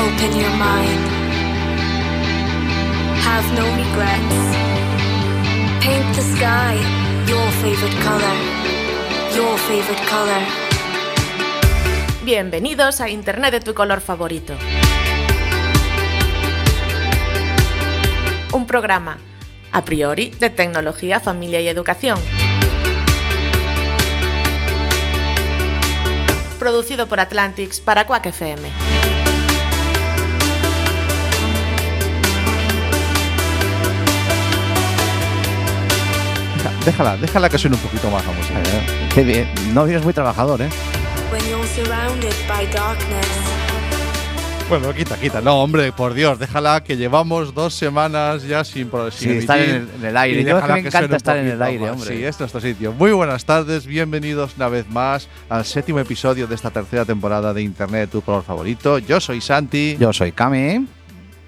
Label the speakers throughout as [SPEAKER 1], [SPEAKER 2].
[SPEAKER 1] Open your mind. Have no regrets. Paint the sky your favorite color. Your favorite color.
[SPEAKER 2] Bienvenidos a Internet de tu color favorito. Un programa, a priori, de tecnología, familia y educación. Producido por Atlantics para Quack FM.
[SPEAKER 3] Deja- Déjala, déjala que suene un poquito más la música. ¿eh?
[SPEAKER 4] Eh, Qué bien. No eres muy trabajador, ¿eh?
[SPEAKER 1] When you're surrounded by darkness,
[SPEAKER 3] Bueno, quita, quita. No, hombre, por Dios, déjala que llevamos dos semanas ya sin pro- sin
[SPEAKER 4] Sí, estar
[SPEAKER 3] emitir
[SPEAKER 4] en el- en el aire.
[SPEAKER 3] y
[SPEAKER 4] Yo es que
[SPEAKER 3] déjala
[SPEAKER 4] me
[SPEAKER 3] suene
[SPEAKER 4] encanta
[SPEAKER 3] un
[SPEAKER 4] estar en el
[SPEAKER 3] poquito
[SPEAKER 4] aire,
[SPEAKER 3] más.
[SPEAKER 4] hombre.
[SPEAKER 3] Sí, es nuestro sitio. Muy buenas tardes, bienvenidos una vez más al séptimo episodio de esta tercera temporada de Internet, tu color favorito. Yo soy Santi.
[SPEAKER 4] Yo soy Kame.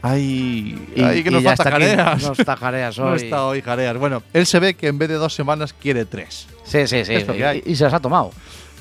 [SPEAKER 3] Ay, ay, que nos
[SPEAKER 4] ya
[SPEAKER 3] falta
[SPEAKER 4] está aquí.
[SPEAKER 3] Jareas.
[SPEAKER 4] Nos está jareas hoy.
[SPEAKER 3] No está hoy Jareas. Bueno, él se ve que en vez de dos semanas quiere tres.
[SPEAKER 4] Sí, sí, sí.
[SPEAKER 3] Es lo que hay.
[SPEAKER 4] Y, y se las ha tomado.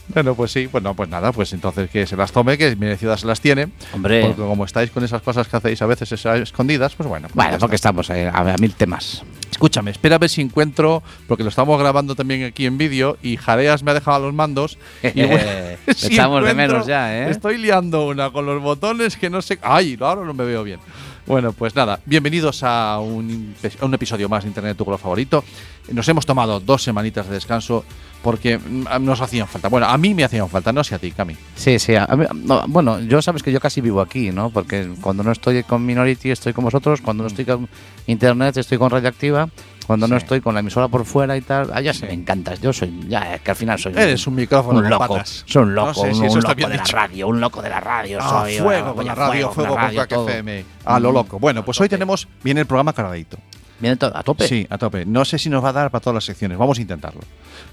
[SPEAKER 3] Bueno, pues sí, bueno, pues nada, pues entonces que se las tome, que merecidas se las tiene.
[SPEAKER 4] Hombre.
[SPEAKER 3] Porque como estáis con esas cosas que hacéis a veces esa- escondidas, pues bueno. pues ya
[SPEAKER 4] Bueno,
[SPEAKER 3] está.
[SPEAKER 4] porque estamos eh, a, a mil temas.
[SPEAKER 3] Escúchame, espera a ver si encuentro, porque lo estamos grabando también aquí en vídeo y Jareas me ha dejado los mandos. Y bueno,
[SPEAKER 4] Te echamos de
[SPEAKER 3] encuentro-
[SPEAKER 4] menos ya, ¿eh?
[SPEAKER 3] Estoy liando una con los botones que no sé. ¡Ay! Ahora no me veo bien. Bueno, pues nada, bienvenidos a un, impe- a un episodio más de Internet tu color favorito. Nos hemos tomado dos semanitas de descanso porque mm, nos hacían falta. Bueno, a mí me hacían falta, no sé a ti, Cami.
[SPEAKER 4] Sí, sí. a- a mí- no, bueno, yo sabes que yo casi vivo aquí, ¿no? Porque cuando no estoy con Minority estoy con vosotros, cuando no estoy con Internet estoy con Radioactiva, cuando no
[SPEAKER 3] Sí.
[SPEAKER 4] estoy con la emisora por fuera y tal. Ah, ya
[SPEAKER 3] Sí.
[SPEAKER 4] sé, me encantas. Yo soy, ya, es que al final soy
[SPEAKER 3] Eres un micrófono
[SPEAKER 4] un
[SPEAKER 3] con
[SPEAKER 4] loco.
[SPEAKER 3] patas.
[SPEAKER 4] Soy un
[SPEAKER 3] No
[SPEAKER 4] loco,
[SPEAKER 3] sé
[SPEAKER 4] un,
[SPEAKER 3] si
[SPEAKER 4] un
[SPEAKER 3] eso está
[SPEAKER 4] loco
[SPEAKER 3] bien
[SPEAKER 4] de la
[SPEAKER 3] dicho.
[SPEAKER 4] radio, un loco de la radio.
[SPEAKER 3] Ah,
[SPEAKER 4] soy,
[SPEAKER 3] fuego
[SPEAKER 4] ah,
[SPEAKER 3] con la
[SPEAKER 4] coño,
[SPEAKER 3] radio,
[SPEAKER 4] con la
[SPEAKER 3] fuego con Quack
[SPEAKER 4] todo.
[SPEAKER 3] FM. A lo
[SPEAKER 4] Mm,
[SPEAKER 3] loco. Bueno,
[SPEAKER 4] a
[SPEAKER 3] pues hoy
[SPEAKER 4] tope.
[SPEAKER 3] tenemos. Viene el programa cargadito.
[SPEAKER 4] Viene to- a tope.
[SPEAKER 3] Sí, a tope. No sé si nos va a dar para todas las secciones. Vamos a intentarlo.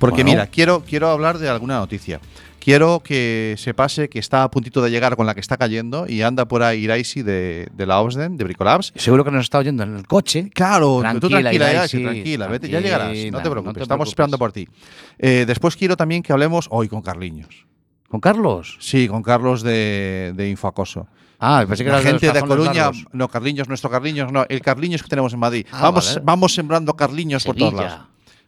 [SPEAKER 3] Porque
[SPEAKER 4] Bueno.
[SPEAKER 3] mira, quiero, quiero hablar de alguna noticia. Quiero que se pase que está a puntito de llegar con la que está cayendo y anda por ahí Iraisi de, de la Obsden, de Bricolabs.
[SPEAKER 4] Seguro que nos está oyendo en el coche.
[SPEAKER 3] Claro, tú
[SPEAKER 4] Tranquila,
[SPEAKER 3] tranquila, Iraisi,
[SPEAKER 4] Iraisi,
[SPEAKER 3] tranquila, vete, ya
[SPEAKER 4] tranquila,
[SPEAKER 3] llegarás, no te
[SPEAKER 4] no te
[SPEAKER 3] preocupes, estamos
[SPEAKER 4] preocupes.
[SPEAKER 3] esperando por ti. Eh, después quiero también que hablemos hoy con Carliños.
[SPEAKER 4] ¿Con Carlos?
[SPEAKER 3] Sí, con Carlos de, de Infoacoso.
[SPEAKER 4] Ah, pensé que
[SPEAKER 3] la
[SPEAKER 4] era los
[SPEAKER 3] gente de
[SPEAKER 4] cajones
[SPEAKER 3] Coruña,
[SPEAKER 4] largos.
[SPEAKER 3] no, Carliños, nuestro Carliños, no, el Carliños que tenemos en Madrid.
[SPEAKER 4] Ah,
[SPEAKER 3] vamos,
[SPEAKER 4] vale.
[SPEAKER 3] vamos sembrando Carliños por todos
[SPEAKER 4] Sevilla.
[SPEAKER 3] lados.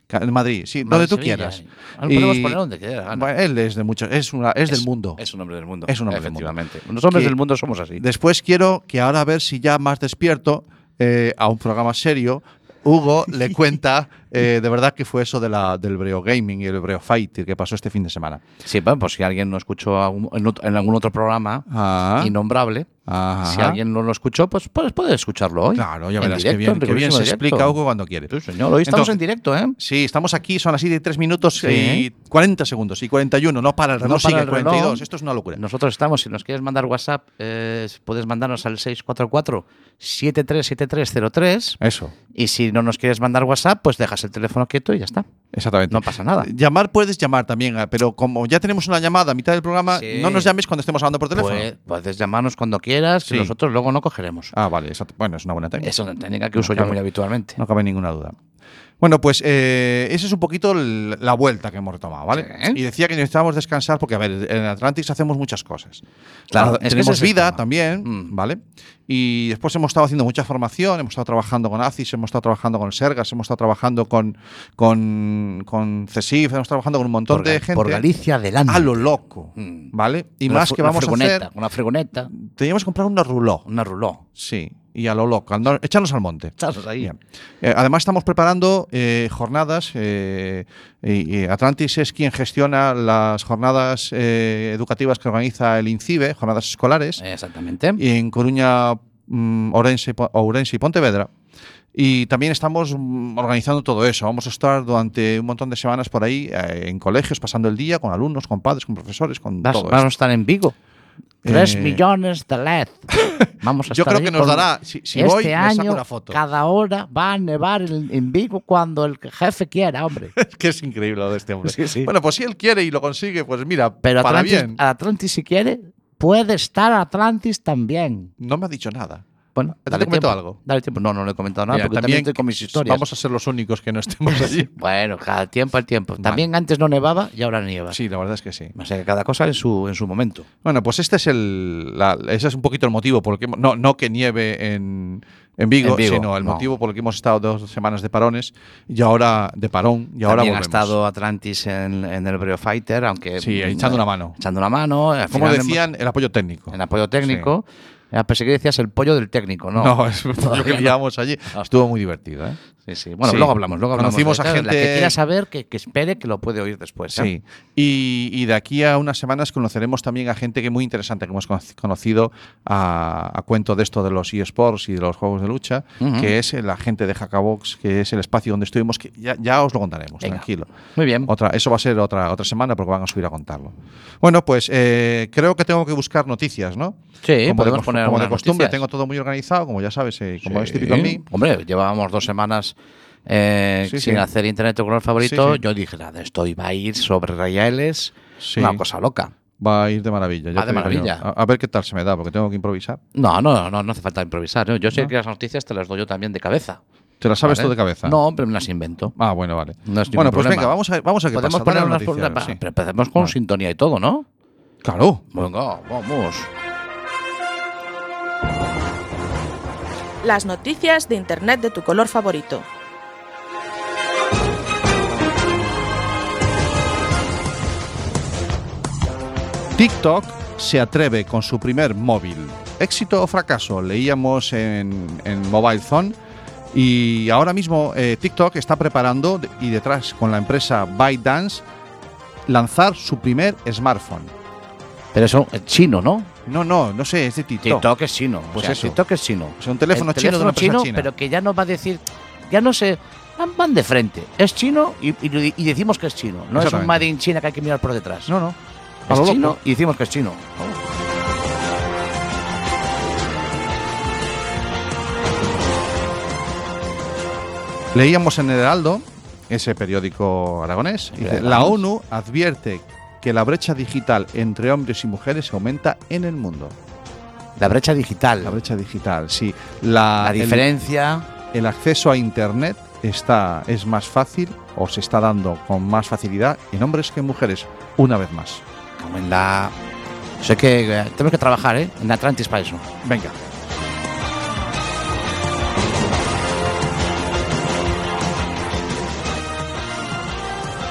[SPEAKER 3] Ca- En Madrid, sí, donde
[SPEAKER 4] Madrid,
[SPEAKER 3] tú
[SPEAKER 4] Sevilla.
[SPEAKER 3] quieras.
[SPEAKER 4] Ah, lo podemos
[SPEAKER 3] Y-
[SPEAKER 4] poner donde quiera. gana.
[SPEAKER 3] Bueno, él es de muchos, es, una- es, del
[SPEAKER 4] Es-
[SPEAKER 3] mundo.
[SPEAKER 4] Es un hombre del mundo.
[SPEAKER 3] Es un hombre del mundo.
[SPEAKER 4] Efectivamente. Los hombres
[SPEAKER 3] Que-
[SPEAKER 4] del mundo somos así.
[SPEAKER 3] Después quiero que ahora a ver si ya más despierto eh, a un programa serio. Hugo le cuenta eh, de verdad que fue eso de la, del Breo Gaming y el Breo Fighter que pasó este fin de semana.
[SPEAKER 4] Sí, bueno, pues si alguien no escuchó algún- en, ot- en algún otro programa
[SPEAKER 3] Ah.
[SPEAKER 4] innombrable,
[SPEAKER 3] Ajá.
[SPEAKER 4] si alguien no lo escuchó, pues puedes, puedes escucharlo hoy.
[SPEAKER 3] Claro, ya
[SPEAKER 4] En
[SPEAKER 3] verás que
[SPEAKER 4] directo,
[SPEAKER 3] bien,
[SPEAKER 4] en
[SPEAKER 3] que bien se
[SPEAKER 4] rigurísimo directo.
[SPEAKER 3] explica Hugo cuando quiere.
[SPEAKER 4] Sí, señor, hoy estamos
[SPEAKER 3] Entonces-
[SPEAKER 4] en directo, ¿eh?
[SPEAKER 3] Sí, estamos aquí, son así de 3 minutos
[SPEAKER 4] Sí.
[SPEAKER 3] y 40 segundos y 41, no para el reloj,
[SPEAKER 4] No para
[SPEAKER 3] sigue
[SPEAKER 4] el reloj.
[SPEAKER 3] 42, esto es una locura.
[SPEAKER 4] Nosotros estamos, si nos quieres mandar WhatsApp, eh, puedes mandarnos al 644-737303.
[SPEAKER 3] Eso,
[SPEAKER 4] Y si no nos quieres mandar WhatsApp, pues dejas el teléfono quieto y ya está.
[SPEAKER 3] exactamente.
[SPEAKER 4] No pasa nada.
[SPEAKER 3] Llamar puedes llamar también, eh, pero como ya tenemos una llamada a mitad del programa,
[SPEAKER 4] Sí.
[SPEAKER 3] no nos llames cuando estemos hablando por teléfono.
[SPEAKER 4] Pues- puedes llamarnos cuando quieras, que
[SPEAKER 3] Sí.
[SPEAKER 4] nosotros luego no cogeremos.
[SPEAKER 3] Ah, vale, exacto. bueno, es una buena técnica.
[SPEAKER 4] Es una técnica que uso yo
[SPEAKER 3] claro.
[SPEAKER 4] muy habitualmente.
[SPEAKER 3] No cabe ninguna duda. Bueno, pues eh, esa es un poquito el- la vuelta que hemos retomado, ¿vale?
[SPEAKER 4] Sí.
[SPEAKER 3] Y decía que necesitábamos descansar porque, a ver, en Atlantis hacemos muchas cosas. Ah,
[SPEAKER 4] Claro,
[SPEAKER 3] Ahora
[SPEAKER 4] es que
[SPEAKER 3] tenemos
[SPEAKER 4] ese es el
[SPEAKER 3] vida
[SPEAKER 4] tema.
[SPEAKER 3] también,
[SPEAKER 4] Mm.
[SPEAKER 3] ¿vale? Y después hemos estado haciendo mucha formación, hemos estado trabajando con ACIS, hemos estado trabajando con Sergas, hemos estado trabajando con, con, con CESIF, hemos estado trabajando con un montón
[SPEAKER 4] Por,
[SPEAKER 3] de
[SPEAKER 4] Ga-
[SPEAKER 3] gente.
[SPEAKER 4] por Galicia adelante.
[SPEAKER 3] A lo loco,
[SPEAKER 4] Mm.
[SPEAKER 3] ¿vale? Y
[SPEAKER 4] Una
[SPEAKER 3] más
[SPEAKER 4] fru-
[SPEAKER 3] que vamos a
[SPEAKER 4] una fregoneta,
[SPEAKER 3] hacer,
[SPEAKER 4] Una fregoneta,
[SPEAKER 3] teníamos que comprar una ruló.
[SPEAKER 4] una ruló.
[SPEAKER 3] Sí, y a lo loco, al no- echarnos al monte.
[SPEAKER 4] Chazos ahí.
[SPEAKER 3] Bien. Eh, además, estamos preparando eh, jornadas. eh, y, y Atlantis es quien gestiona las jornadas eh, educativas que organiza el INCIBE, jornadas escolares,
[SPEAKER 4] Exactamente.
[SPEAKER 3] y en Coruña, mm, Ourense, y Po- Ourense y Pontevedra. Y también estamos mm, organizando todo eso. Vamos a estar durante un montón de semanas por ahí, eh, en colegios, pasando el día con alumnos, con padres, con profesores, con
[SPEAKER 4] Vas-
[SPEAKER 3] todo
[SPEAKER 4] vamos a estar en Vigo. Tres
[SPEAKER 3] Eh,
[SPEAKER 4] millones de LED. Vamos a
[SPEAKER 3] Yo
[SPEAKER 4] estar
[SPEAKER 3] creo
[SPEAKER 4] ahí
[SPEAKER 3] que nos
[SPEAKER 4] con-
[SPEAKER 3] dará. Si, si
[SPEAKER 4] este
[SPEAKER 3] voy, me
[SPEAKER 4] año,
[SPEAKER 3] saco una foto.
[SPEAKER 4] cada hora va a nevar en, en Vigo cuando el jefe quiera, hombre.
[SPEAKER 3] Es que es increíble lo de este hombre.
[SPEAKER 4] Sí, sí.
[SPEAKER 3] Bueno, pues si él quiere y lo consigue, pues mira,
[SPEAKER 4] Pero
[SPEAKER 3] para
[SPEAKER 4] Atlantis,
[SPEAKER 3] bien.
[SPEAKER 4] Atlantis, si quiere, puede estar Atlantis también.
[SPEAKER 3] No me ha dicho nada.
[SPEAKER 4] Bueno,
[SPEAKER 3] ¿Te
[SPEAKER 4] dale
[SPEAKER 3] comento
[SPEAKER 4] tiempo,
[SPEAKER 3] algo?
[SPEAKER 4] Dale tiempo. No, no le he comentado nada
[SPEAKER 3] Mira,
[SPEAKER 4] porque también, estoy con mis historias.
[SPEAKER 3] Vamos a ser los únicos que no estemos allí.
[SPEAKER 4] Bueno, cada tiempo al tiempo. También antes no nevaba y ahora nieva.
[SPEAKER 3] sí, la verdad es que sí.
[SPEAKER 4] O sea que cada cosa en su, en su momento.
[SPEAKER 3] Bueno, pues este es el, la- ese es un poquito el motivo por el que hemos- no, no que nieve en, en, Vigo,
[SPEAKER 4] En Vigo,
[SPEAKER 3] sino el
[SPEAKER 4] no.
[SPEAKER 3] motivo por el que hemos estado dos semanas de parones y ahora de parón y ahora
[SPEAKER 4] También
[SPEAKER 3] volvemos.
[SPEAKER 4] ha estado Atlantis en, en el Brew Fighter, aunque.
[SPEAKER 3] Sí, echando una mano.
[SPEAKER 4] Echando una mano. al
[SPEAKER 3] Como
[SPEAKER 4] final
[SPEAKER 3] decían, el apoyo técnico.
[SPEAKER 4] En apoyo técnico. A pensé que decías el pollo del técnico, ¿no? Ah.
[SPEAKER 3] No, es lo que liábamos allí. Estuvo muy divertido, ¿eh?
[SPEAKER 4] Sí, sí. Bueno,
[SPEAKER 3] Sí.
[SPEAKER 4] luego hablamos, luego hablamos.
[SPEAKER 3] Conocimos a
[SPEAKER 4] Claro, La
[SPEAKER 3] gente-
[SPEAKER 4] que quiera saber, que, que espere, que lo puede oír después. ¿eh?
[SPEAKER 3] Sí. Y, y de aquí a unas semanas conoceremos también a gente que muy interesante que hemos conoc- conocido a, a cuento de esto de los eSports y de los juegos de lucha,
[SPEAKER 4] Ujú.
[SPEAKER 3] que es la gente de Hackabox, que es el espacio donde estuvimos, que ya, ya os lo contaremos,
[SPEAKER 4] Venga.
[SPEAKER 3] tranquilo.
[SPEAKER 4] Muy bien.
[SPEAKER 3] Otra, eso va a ser otra, otra semana porque van a subir a contarlo. Bueno, pues eh, creo que tengo que buscar noticias, ¿no?
[SPEAKER 4] Sí,
[SPEAKER 3] como
[SPEAKER 4] podemos
[SPEAKER 3] de, cos-
[SPEAKER 4] poner
[SPEAKER 3] Como de
[SPEAKER 4] algunas
[SPEAKER 3] costumbre,
[SPEAKER 4] noticias.
[SPEAKER 3] tengo todo muy organizado, como ya sabes, eh, como es
[SPEAKER 4] Sí.
[SPEAKER 3] típico a mí.
[SPEAKER 4] Hombre, llevábamos dos semanas eh,
[SPEAKER 3] Sí,
[SPEAKER 4] sin
[SPEAKER 3] sí.
[SPEAKER 4] hacer internet tu color favorito.
[SPEAKER 3] Sí, sí.
[SPEAKER 4] Yo dije, nada, esto iba a ir sobre Rayaeles.
[SPEAKER 3] Sí.
[SPEAKER 4] Una cosa loca.
[SPEAKER 3] Va a ir de maravilla. ya
[SPEAKER 4] Va Ah,
[SPEAKER 3] te
[SPEAKER 4] de
[SPEAKER 3] digo yo.
[SPEAKER 4] maravilla.
[SPEAKER 3] A, a ver qué tal se me da, porque tengo que improvisar.
[SPEAKER 4] No, no, no, no hace falta improvisar. ¿no? Yo sé que las noticias te las doy yo también de cabeza.
[SPEAKER 3] ¿Te la sabes
[SPEAKER 4] ¿vale?
[SPEAKER 3] tú de cabeza?
[SPEAKER 4] No, pero me las invento.
[SPEAKER 3] Ah, bueno, vale.
[SPEAKER 4] No es ningún
[SPEAKER 3] bueno, pues
[SPEAKER 4] problema.
[SPEAKER 3] venga, vamos a, vamos a que
[SPEAKER 4] Podemos
[SPEAKER 3] pasa. Dale
[SPEAKER 4] poner
[SPEAKER 3] al
[SPEAKER 4] unas
[SPEAKER 3] noticiero,
[SPEAKER 4] pa-
[SPEAKER 3] sí.
[SPEAKER 4] Pero empecemos con
[SPEAKER 3] Vale.
[SPEAKER 4] sintonía y todo, ¿no?
[SPEAKER 3] Claro.
[SPEAKER 4] Venga, vamos.
[SPEAKER 2] Las noticias de Internet de tu color favorito.
[SPEAKER 3] TikTok se atreve con su primer móvil. ¿Éxito o fracaso? Leíamos en, en Mobile Zone. Y ahora mismo eh, TikTok está preparando de- y detrás con la empresa ByteDance lanzar su primer smartphone.
[SPEAKER 4] Pero eso es chino, ¿no?
[SPEAKER 3] No, no, no sé, es de TikTok.
[SPEAKER 4] TikTok es chino. o
[SPEAKER 3] Pues
[SPEAKER 4] sea,
[SPEAKER 3] eso.
[SPEAKER 4] TikTok es chino.
[SPEAKER 3] O sea, un teléfono
[SPEAKER 4] El
[SPEAKER 3] chino de una empresa
[SPEAKER 4] chino,
[SPEAKER 3] china.
[SPEAKER 4] pero que ya no va a decir, ya no sé, van, van de frente. Es chino y, y- y decimos que es chino. No es
[SPEAKER 3] Exactamente.
[SPEAKER 4] un Made in China que hay que mirar por detrás.
[SPEAKER 3] No, no. A lo
[SPEAKER 4] es
[SPEAKER 3] loco.
[SPEAKER 4] chino y decimos que es chino.
[SPEAKER 3] Leíamos en el Heraldo, ese periódico aragonés, dice,
[SPEAKER 4] Aragonés.
[SPEAKER 3] la ONU advierte que la brecha digital entre hombres y mujeres aumenta en el mundo.
[SPEAKER 4] La brecha digital,
[SPEAKER 3] La
[SPEAKER 4] la,
[SPEAKER 3] brecha digital, sí. La, el-
[SPEAKER 4] diferencia.
[SPEAKER 3] El, acceso a Internet está, es más fácil o se está dando con más facilidad en hombres que en mujeres, una vez más.
[SPEAKER 4] como en la. Sé que eh, tenemos que trabajar, ¿eh? En Atlantis para eso.
[SPEAKER 3] Venga.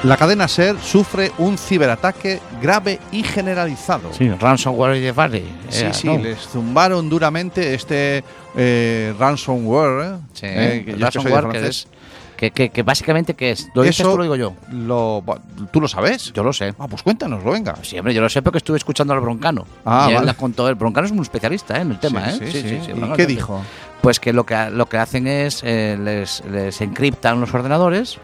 [SPEAKER 3] La cadena SER sufre un ciberataque grave y generalizado.
[SPEAKER 4] Sí, ransomware de Barry.
[SPEAKER 3] Sí,
[SPEAKER 4] era,
[SPEAKER 3] sí,
[SPEAKER 4] ¿no?
[SPEAKER 3] les zumbaron duramente este eh, ransomware. ¿eh?
[SPEAKER 4] Sí,
[SPEAKER 3] Eh, que
[SPEAKER 4] el
[SPEAKER 3] yo es que soy de
[SPEAKER 4] ransomware que,
[SPEAKER 3] francés.
[SPEAKER 4] es- que, que- que básicamente que es. Lo dices
[SPEAKER 3] Eso-
[SPEAKER 4] tú, lo digo yo.
[SPEAKER 3] Lo- bu- ¿Tú lo sabes?
[SPEAKER 4] Yo lo sé.
[SPEAKER 3] Ah, pues cuéntanos, lo venga.
[SPEAKER 4] Sí, hombre, yo lo sé porque estuve escuchando al Broncano.
[SPEAKER 3] Ah,
[SPEAKER 4] y él
[SPEAKER 3] vale.
[SPEAKER 4] la contó. El Broncano es un especialista ¿eh? en el tema,
[SPEAKER 3] Sí,
[SPEAKER 4] ¿eh?
[SPEAKER 3] sí, sí. ¿Y
[SPEAKER 4] Broncano
[SPEAKER 3] qué
[SPEAKER 4] es-
[SPEAKER 3] dijo?
[SPEAKER 4] Pues que lo que, lo que hacen es eh, les, les encriptan los ordenadores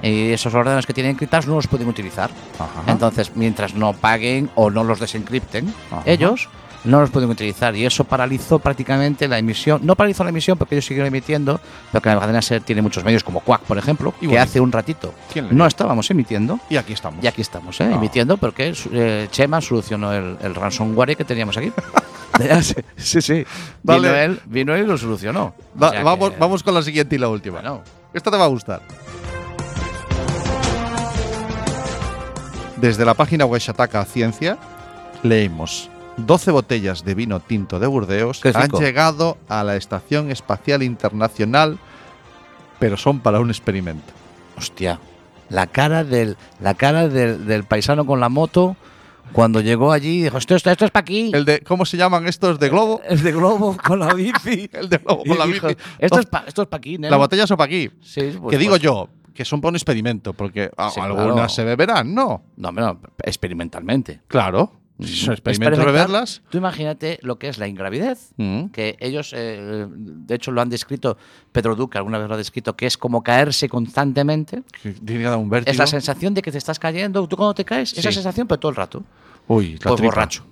[SPEAKER 4] y esos ordenadores que tienen encriptados no los pueden utilizar.
[SPEAKER 3] Ajá.
[SPEAKER 4] Entonces, mientras no paguen o no los desencripten,
[SPEAKER 3] Ajá.
[SPEAKER 4] ellos no los pueden utilizar y eso paralizó prácticamente la emisión. No paralizó la emisión porque ellos siguieron emitiendo, pero que la cadena SER tiene muchos medios como Quack, por ejemplo,
[SPEAKER 3] Y
[SPEAKER 4] que
[SPEAKER 3] bueno.
[SPEAKER 4] hace un ratito
[SPEAKER 3] ¿Quién le
[SPEAKER 4] no
[SPEAKER 3] dio?
[SPEAKER 4] estábamos emitiendo.
[SPEAKER 3] Y aquí estamos.
[SPEAKER 4] Y aquí estamos, ¿eh?
[SPEAKER 3] Ah.
[SPEAKER 4] emitiendo porque eh, Chema solucionó el, el ransomware que teníamos aquí. sí, sí. Vino
[SPEAKER 3] Vale.
[SPEAKER 4] él, vino él y lo solucionó. O
[SPEAKER 3] Va-
[SPEAKER 4] sea que-
[SPEAKER 3] vamos, vamos con la siguiente y la última.
[SPEAKER 4] Bueno,
[SPEAKER 3] Esta te va a gustar. Desde la página Hueshataka Ciencia leemos 12 botellas de vino tinto de Burdeos
[SPEAKER 4] Qué
[SPEAKER 3] han
[SPEAKER 4] rico.
[SPEAKER 3] llegado a la Estación Espacial Internacional, pero son para un experimento.
[SPEAKER 4] hostia. La cara del, la cara del, del paisano con la moto cuando llegó allí dijo, esto, esto, esto es para aquí.
[SPEAKER 3] El de ¿cómo se llaman estos de globo?
[SPEAKER 4] El de globo con la bici.
[SPEAKER 3] El de globo
[SPEAKER 4] Y
[SPEAKER 3] con la
[SPEAKER 4] dijo,
[SPEAKER 3] bici.
[SPEAKER 4] eh, Esto
[SPEAKER 3] Do-
[SPEAKER 4] es para esto es pa aquí, nene".
[SPEAKER 3] Las botellas son para aquí.
[SPEAKER 4] Sí, ¿Eh? pues-
[SPEAKER 3] que digo
[SPEAKER 4] pues-
[SPEAKER 3] yo, que son para un experimento, porque a-
[SPEAKER 4] Sí,
[SPEAKER 3] algunas
[SPEAKER 4] claro.
[SPEAKER 3] se beberán, ¿no?
[SPEAKER 4] No, hombre, no, experimentalmente.
[SPEAKER 3] Claro. Si
[SPEAKER 4] Mm,
[SPEAKER 3] son experimentos
[SPEAKER 4] Experimental,
[SPEAKER 3] beberlas.
[SPEAKER 4] Tú imagínate lo que es la ingravidez.
[SPEAKER 3] Mm.
[SPEAKER 4] que ellos, eh, de hecho lo han descrito, Pedro Duque alguna vez lo ha descrito, que es como caerse constantemente.
[SPEAKER 3] Que tiene que dar un vértigo.
[SPEAKER 4] Es la sensación de que te estás cayendo. Tú cuando te caes, esa
[SPEAKER 3] Sí.
[SPEAKER 4] sensación, pero todo el rato.
[SPEAKER 3] Uy, la
[SPEAKER 4] Pues
[SPEAKER 3] tripa.
[SPEAKER 4] borracho.